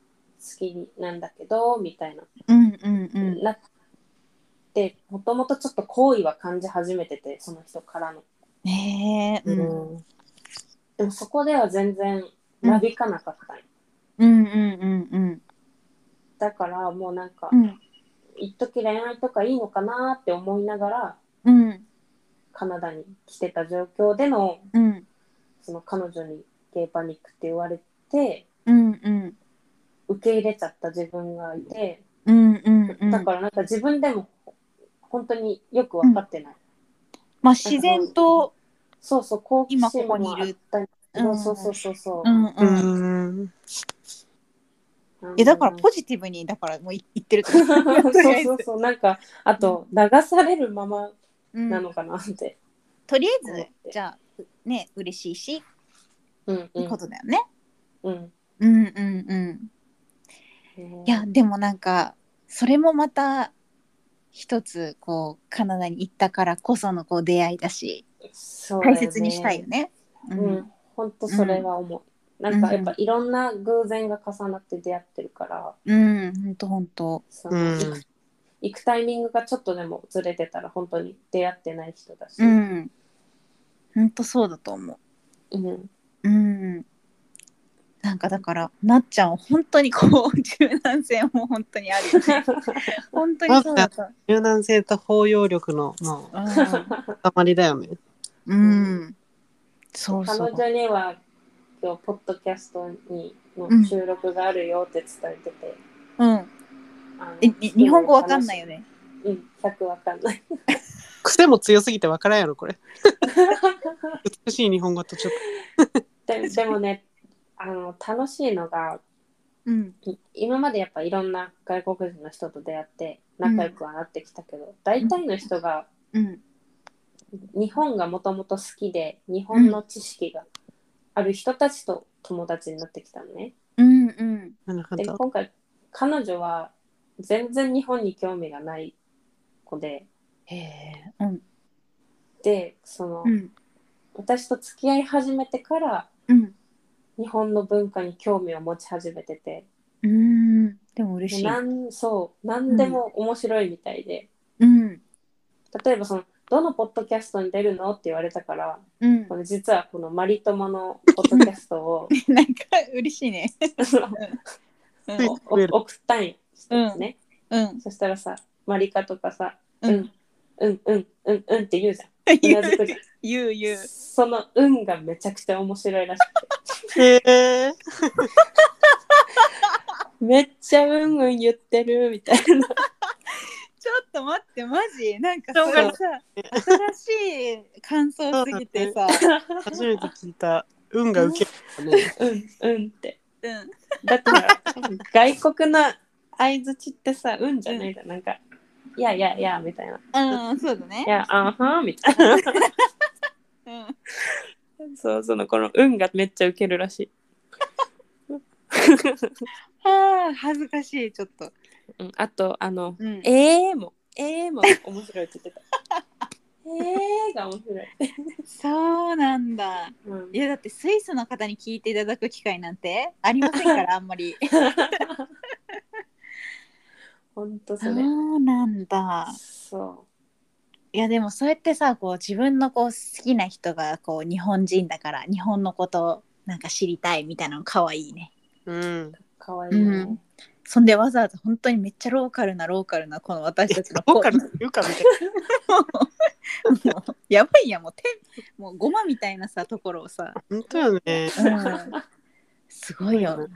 S1: きなんだけど、みたいな。
S2: うんうんうん
S1: なって、もともとちょっと好意は感じ始めてて、その人からの。
S2: ねえ、うん、
S3: うん
S1: でもそこでは全然、
S2: うん
S1: なびかなかった、
S2: うんうんうん
S1: だから、もうなんか
S2: う、ん
S1: 一時恋愛とかいいのかなって思いながら、
S2: うん
S1: カナダに来てた状況での、
S2: うん
S1: その彼女にゲイパニックって言われて、
S2: うんうん
S1: 受け入れちゃった自分がいて、
S2: うんうんう
S1: だ
S2: ん
S1: からなんか自分でも本当によく分かってない。
S2: まあ自然と
S1: そうそう、好奇
S2: 今こ
S1: 心
S2: こに
S1: も
S2: い
S1: あっ
S2: る
S1: たり、
S2: うん
S1: そうそうそうそう。
S2: うんうん
S3: うん
S1: うん
S2: えだからポジティブにだからもうい言ってるってこと
S1: そう
S2: とりあえず
S1: そうそう、なんか、あと、流されるまま
S2: うん
S1: なのかなって。
S2: とりあえずじゃあね嬉しいしっ
S1: うん、う
S2: て
S1: ん
S2: こ、とだよね
S1: うん。
S2: うんうんうんいやでもなんかそれもまた一つこうカナダに行ったからこそのこう出会いだし
S1: そうだよ
S2: 大
S1: ね
S2: 切にしたいよ。ねう
S1: うんん、本当それは思う。なんかやっぱいろんな偶然が重なって出会ってるから、
S2: うんほんとほんと
S1: その
S3: うん
S1: 行く行くタイミングがちょっとでもずれてたら本当に出会ってない人だし、
S2: うん。本当そうだと 思
S1: うん
S2: う。うん。なんかだから、なっちゃんは本当にこう、柔軟性も本当にあるよ ね。本当にそうだった。
S3: 柔軟性と包容力のもう塊だよね。
S2: うん。うん。そう
S1: 彼
S2: そう。
S1: 女には今日ポッドキャストにの
S2: うん
S1: 収録があるよって伝えてて、
S2: うん。
S1: あの
S2: え、に日本語わかんないよ。ね。
S1: うん、100わかんない。
S3: 癖も強すぎてわからんやろこれ。美しい日本語とちょっ
S1: ででもねあの楽しいのが
S2: うん。
S1: い今までやっぱいろんな外国人の人と出会って仲良くはなってきたけど、大体の人が
S2: うん。
S1: 日本がもともと好きで日本の知識がある人たちと友達になってきたのね。
S2: うん。うん。
S3: と。なるほ
S1: で
S3: ど。
S1: 今回彼女は全然日本に興味がない子で
S2: へえ。うん。
S1: でその、
S2: うん。
S1: 私と付き合い始めてから
S2: うん。
S1: 日本の文化に興味を持ち始めてて
S2: うん。でも嬉
S1: もう
S2: しい。
S1: なんそう何でも面白いみたいで、
S2: うん
S1: 例えばそのどのポッドキャストに出るのって言われたから
S2: うん
S1: この実はこの「マリトモ」 のポッドキャストを
S2: なんか嬉しいね
S1: その
S2: うん
S3: はい
S1: おお送ったんですね、
S2: うん
S1: そしたらさマリカとかさ「
S2: う
S1: うんんうんうんうんうん」って言うじゃん。う
S2: 言
S1: なずくじゃん
S2: う言う言う
S1: その運がめちゃくちゃ面白いらしくて
S3: へえ。
S1: めっちゃうんうん言ってるみたいな
S2: ちょっと待ってマジなんか
S3: そ
S2: そ
S3: う
S2: れさ新しい感想すぎてさ
S3: 初めて聞いた。運が受けたね。
S1: うんうんって
S2: うん
S1: だから外国の相づちってさうんじゃないじゃんなんか「いやいやいや」みたいな「
S2: うんそうだね
S1: いやあんはん」みたいな
S2: うん
S1: そうそのこの運がめっちゃウケるらしい、
S2: あー恥ずかしいちょっと
S1: うん、あとあの
S2: うん
S1: 「えー」も「えー」も面白いって言ってた「えー」が面白い、
S2: そうなんだ
S1: うん
S2: いやだってスイスの方に聞いていただく機会なんてありませんからあんまり
S1: ほんとそ
S2: そ
S1: れ
S2: うなんだ
S1: そ
S2: いやでもそうやってさこう自分のこう好きな人がこう日本人だから日本のことなんか知りたいみたいなの可愛いね
S3: うん。
S1: うかわいいよね、
S2: うんそんでわざわざ本当にめっちゃローカルなローカルなこの私たちの
S3: どっから来るかみたい
S2: もうやばいやんもうてもうゴマみたいなさところをさ、
S3: な。本当よね。
S2: うん、すごいよ、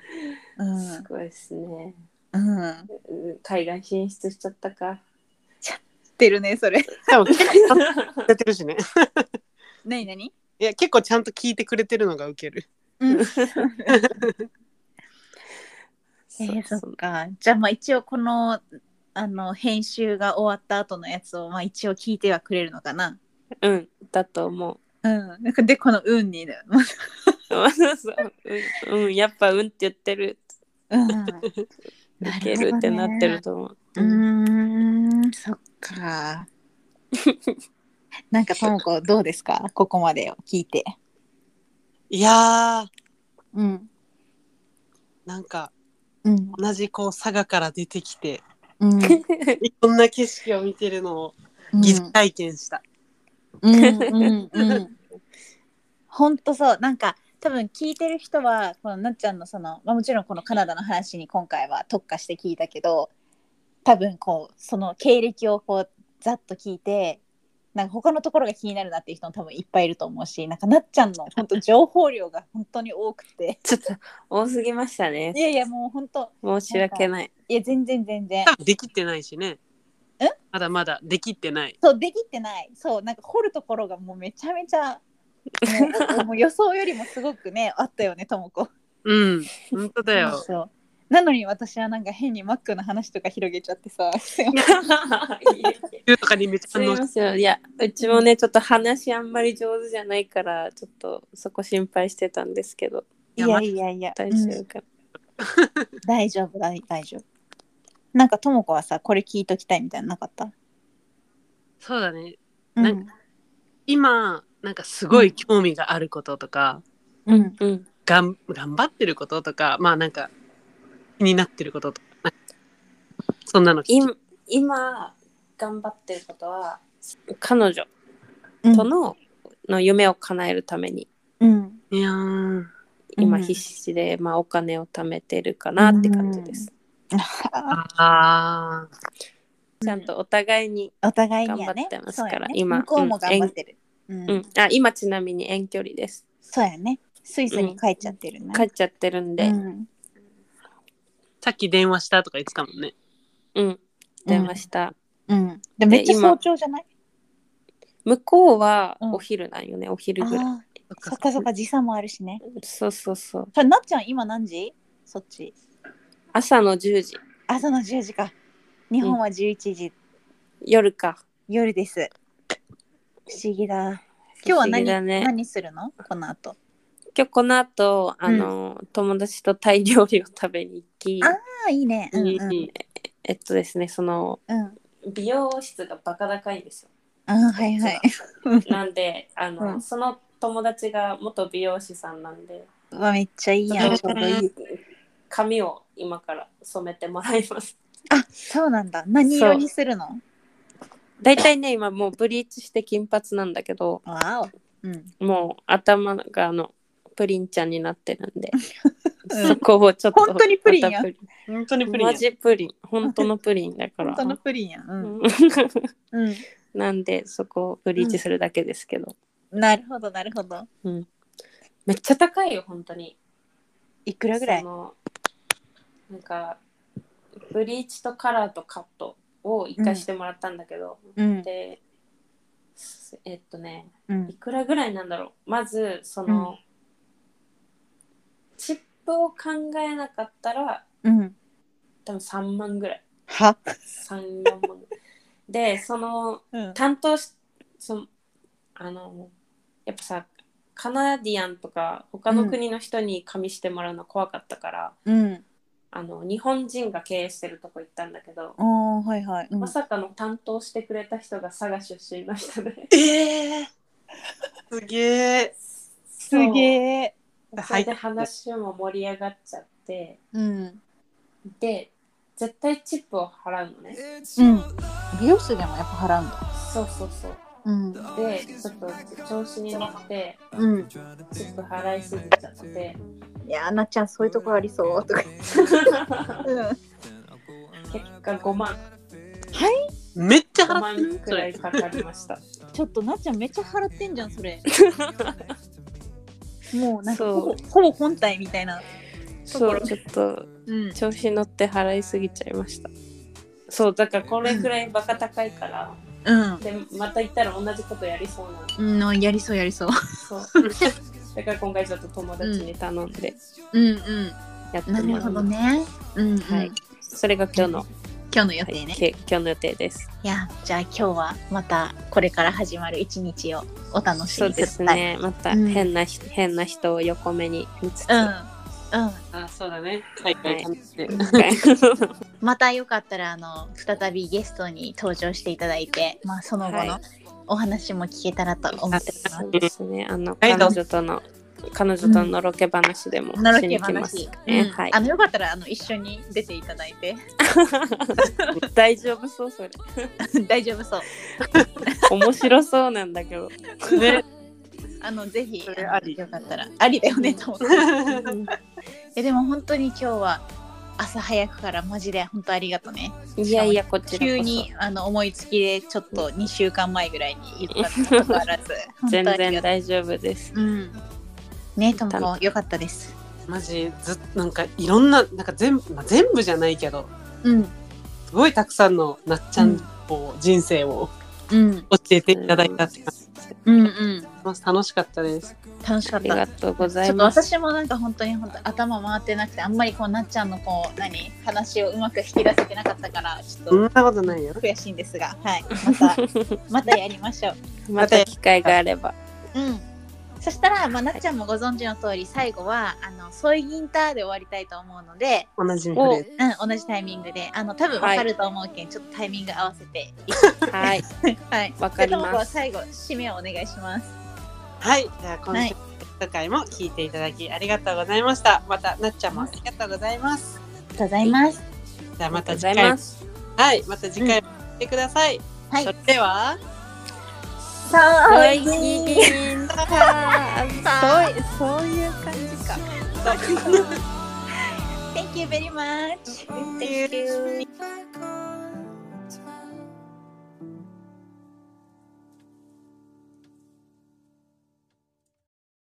S2: うん
S1: すごいですね。
S2: うん、知っ
S1: うん海外進出しちゃったか。
S2: てるねそれ
S3: 多分結構ちゃんとやってるしね。
S2: 何何
S3: いや結構ちゃんと聞いてくれてるのがウケる。
S2: うんえ
S1: そう
S2: ー、そ
S1: そう
S2: っかじゃあまあ一応このあの編集が終わった後のやつをまあ一応聞いてはくれるのかな
S1: うん、だと思う。
S2: うんでこの「運に、ね、
S1: そううん、うん、やっぱうんって言ってる。
S2: うん
S1: いけるってなってると思う。
S2: うーんそっかなんかともこどうですかここまでを聞いて
S3: いやー
S2: うん
S3: なんか
S2: うん
S3: 同じこう佐賀から出てき て
S2: うん
S3: いろんな景色を見てるのを疑似体験した。
S2: うんうんうんほんとそうなんか多分聞いてる人はこのなっちゃんのその、まあ、もちろんこのカナダの話に今回は特化して聞いたけど多分こうその経歴をこうざっと聞いてなんか他のところが気になるなっていう人も多分いっぱいいると思うしなんかなっちゃんの本当情報量が本当に多く て
S1: ちょっと多すぎましたね
S2: い。やいやもう本当
S1: 申し訳ない。
S2: いや全然全然
S3: 多分できてないしね
S2: え。
S3: まだまだできてない。
S2: そうできてないそうなんか掘るところがもうめちゃめちゃ、ねもう 予想よりもすごくねあったよねともこ
S3: うん。本当だ
S2: そう
S3: よ。
S2: そうなのに私はなんか変にマックの話とか広げちゃってさ
S3: 言うとかにめっちゃ
S1: すい
S3: 反応
S1: ませんいやうちもねちょっと話あんまり上手じゃないからちょっとそこ心配してたんですけど
S2: いやいやいや
S1: 大
S2: う
S1: 丈
S2: ん
S1: 夫か
S2: 大丈夫大大丈夫なんかともこはさこれ聞いときたいみたいなのなかった
S3: そうだね。
S2: う
S3: なん今なんかすごい興味があることとか、
S2: うん
S1: な、うん
S3: がん頑張ってることとかまあなんか気になってることとかなんかそんなの聞き
S1: 今今頑張ってることは彼女
S2: うん
S1: との,、の夢を叶えるために
S2: うん
S3: いやー
S1: 今
S2: うん
S1: 必死で、まあ、お金を貯めてるかなって感じです。
S3: あー
S1: ちゃんとお互いに、
S2: お互いにはね
S1: 頑張ってますから
S2: そうやね
S1: 今
S2: 向こうも頑張ってるうん
S1: うん、あ今ちなみに遠距離です。
S2: そうやねスイスに帰っちゃってるね
S1: 帰っちゃってるんで、う
S2: う
S1: ん
S2: ん
S3: さっき電話したとか言ってたもんね
S1: 出ました、
S2: うんでめっちゃ
S1: で今
S2: 早朝じゃない
S1: 向こうは
S2: うん
S1: お昼なんよね、お昼ぐらい。
S2: あーそっかそっか時差もあるしね
S1: そうそうそう。
S2: それなっちゃん今何時そっち
S1: 朝の10時、
S2: 朝の10時か日本は11時、
S1: 夜か。
S2: 夜です不思議だ
S1: 不
S2: 今日は
S1: 思
S2: 何,、
S1: 議だね、
S2: 何するのこの後
S1: 今日この後あの、友達とタイ料理を食べに行き、
S2: ああいいねうんうん
S3: いい
S1: えっとですね、その
S2: うん、
S1: 美容室がバカ高いんですよ。
S2: あーはい はい
S1: なんであの、
S2: うん
S1: その友達が元美容師さんなんで
S2: うわめっちゃいいやんちょうどいい
S1: 髪を今から染めてもらいます。
S2: あそうなんだ何色にするの
S1: 大体ね今もうブリーチして金髪なんだけど
S2: わお。うん。
S1: もう頭があのプリンちゃんになってるんで、
S2: うん
S1: そこをちょっと
S2: 本当にプリン
S1: また
S2: や
S1: プ
S3: 本当にプリンや
S1: マ。ジプリン 本当のプリンだから
S2: 本当のプリンやん。うん。うん。
S1: なんでそこをブリーチするだけですけど、
S2: なるほど、なるほど。
S1: めっちゃ高いよ本当に
S2: いく
S1: そ
S2: らぐらい
S1: のなんかブリーチとカラーとカットを一回してもらったんだけど、
S2: うん。
S1: ですえっとね
S2: うん
S1: い。くらぐらいなんだろうまずその、チップを考えなかったら
S2: うん。
S1: 多分3万ぐらい
S2: は
S1: 34万ぐらいでその
S2: うん。
S1: 担当しそのあのやっぱさカナディアンとか他の国の人に加味してもらうの怖かったから、
S2: うん。
S1: あの日本人が経営してるとこ行ったんだけど、
S2: おー、はいはい。うん
S1: まさかの担当してくれた人が佐賀出身の人で
S3: ええすげえ。
S2: すげ
S1: え
S2: え。
S1: それで話も盛り上がっちゃって
S2: うん。
S1: で絶対チップを払うのね
S2: うん。美容室でもやっぱ払うんだ。
S1: そうそうそう
S2: うん。
S1: でちょっと調子に乗って
S2: うん。
S1: チップ払いすぎちゃって
S2: いやー、なっちゃん、そういうとこありそう。とか。うん。
S1: 結果5万
S3: めっちゃ
S1: 5
S3: 払って
S1: 万
S3: る。
S1: く
S3: そ
S1: らい
S3: れ。
S1: かかりました。
S2: ちょっとなっちゃん、めっちゃ払ってんじゃん、そ れ。もう、なん
S1: そ
S2: か
S1: う
S2: ほぼ、ほぼ本体みたいな。
S1: そうちょっと
S2: うん。
S1: 調子乗って払いすぎちゃいました。そうだからこれくらいバカ高いから、
S2: うん。
S1: でまた行ったら同じことやりそうなの
S2: うん、やりそうやりそう。
S1: そうだから今回ちょっと友達に頼んで
S2: うんうん。
S1: やっても
S2: な
S1: らい
S2: る
S1: ま
S2: ほ
S1: す
S2: どね。うん、うん
S1: はいそれが今日の、
S2: 今日の予
S1: はい
S2: 定ね。
S1: け今日の予定です。
S2: いや、じゃあ今日はまたこれから始まる一日をお楽し
S1: そ
S2: み
S1: う
S2: く
S1: で
S2: だ
S1: す
S2: さい。
S1: ね。また
S2: うん
S1: 変な人、変な人を横目に見つつ、
S2: うん。う
S1: は
S2: ん。
S3: あ、そうだね。はい、は、
S1: はいい
S3: 楽しんで
S1: い
S2: またよかったらあの再びゲストに登場していただいて、まあその後
S1: はい
S2: のお話も聞けたらと思っています
S1: そう。ですね。あの
S3: はい
S1: 彼
S3: どうぞ
S1: 女との彼女とのロケ話でも
S2: のろ
S1: し
S2: け
S1: に来ます
S2: 話、
S1: ね。
S2: うん
S1: はい
S2: あ。のよかったらあの一緒に出ていただいて
S1: 大丈夫そうそれ。
S2: 大丈夫そう
S1: 面白そうなんだけど。
S3: ね。
S2: あのぜひ
S3: それ
S2: あの
S3: あり
S2: よかったらありだよねと思って えでも本当に今日は朝早くからマジで本当ありがとうね
S1: いやいやこちらこそ。
S2: 急にあの思いつきでちょっと2週間前ぐらいに言ったにもかかわ らず本
S1: 全
S2: 当あり
S1: 然
S2: がと
S1: 大丈夫です。
S2: ううんねともこよかったです
S3: マジ、ずっ、なんか、いろんな、なんか、全部、まあ、全部じゃないけど。
S2: うん
S3: すごいたくさんのなっちゃん、こう、人生を
S2: うん
S3: 教えていただいたって感じ
S2: うんうん
S3: ます。楽しかったです。
S2: 楽しか
S1: あ
S2: っ
S1: り
S2: た
S1: がとうござ
S2: ち
S1: い
S2: ょっと
S1: ます。
S2: 私もなんか本当に本当頭回ってなくてあんまりこうなっちゃんのこう何話をうまく引き出せてなかったからち
S3: そん
S2: ょっ
S3: なことないよ
S2: と。悔しいんですがはいまたまたやりましょう
S1: また機会があれば。
S2: うんそしたら、まあ、なっちゃんもご存知の通り最後はあのソイギンターで終わりたいと思うので、
S3: 同じフレーズ。
S2: うん、同じタイミングであの多分わかると思うけん、ちょっとタイミング合わせて
S1: はい。
S2: はい
S1: わかります
S2: じゃあともこ最後締めをお願いします
S3: はい、じゃあ、今週のゲスト回も聞いていただき、ありがとうございました。また、なっちゃんもありがとうございます。
S2: ありがとうございます
S3: じゃあ、また
S1: ありがとう
S3: 次
S1: ござい
S3: 回
S1: ま。す。
S3: はい、また次回も来てください。
S2: はい
S3: それでは。
S1: は
S2: ソ
S1: い。
S2: そういう感じか Thank you very much
S1: Thank you.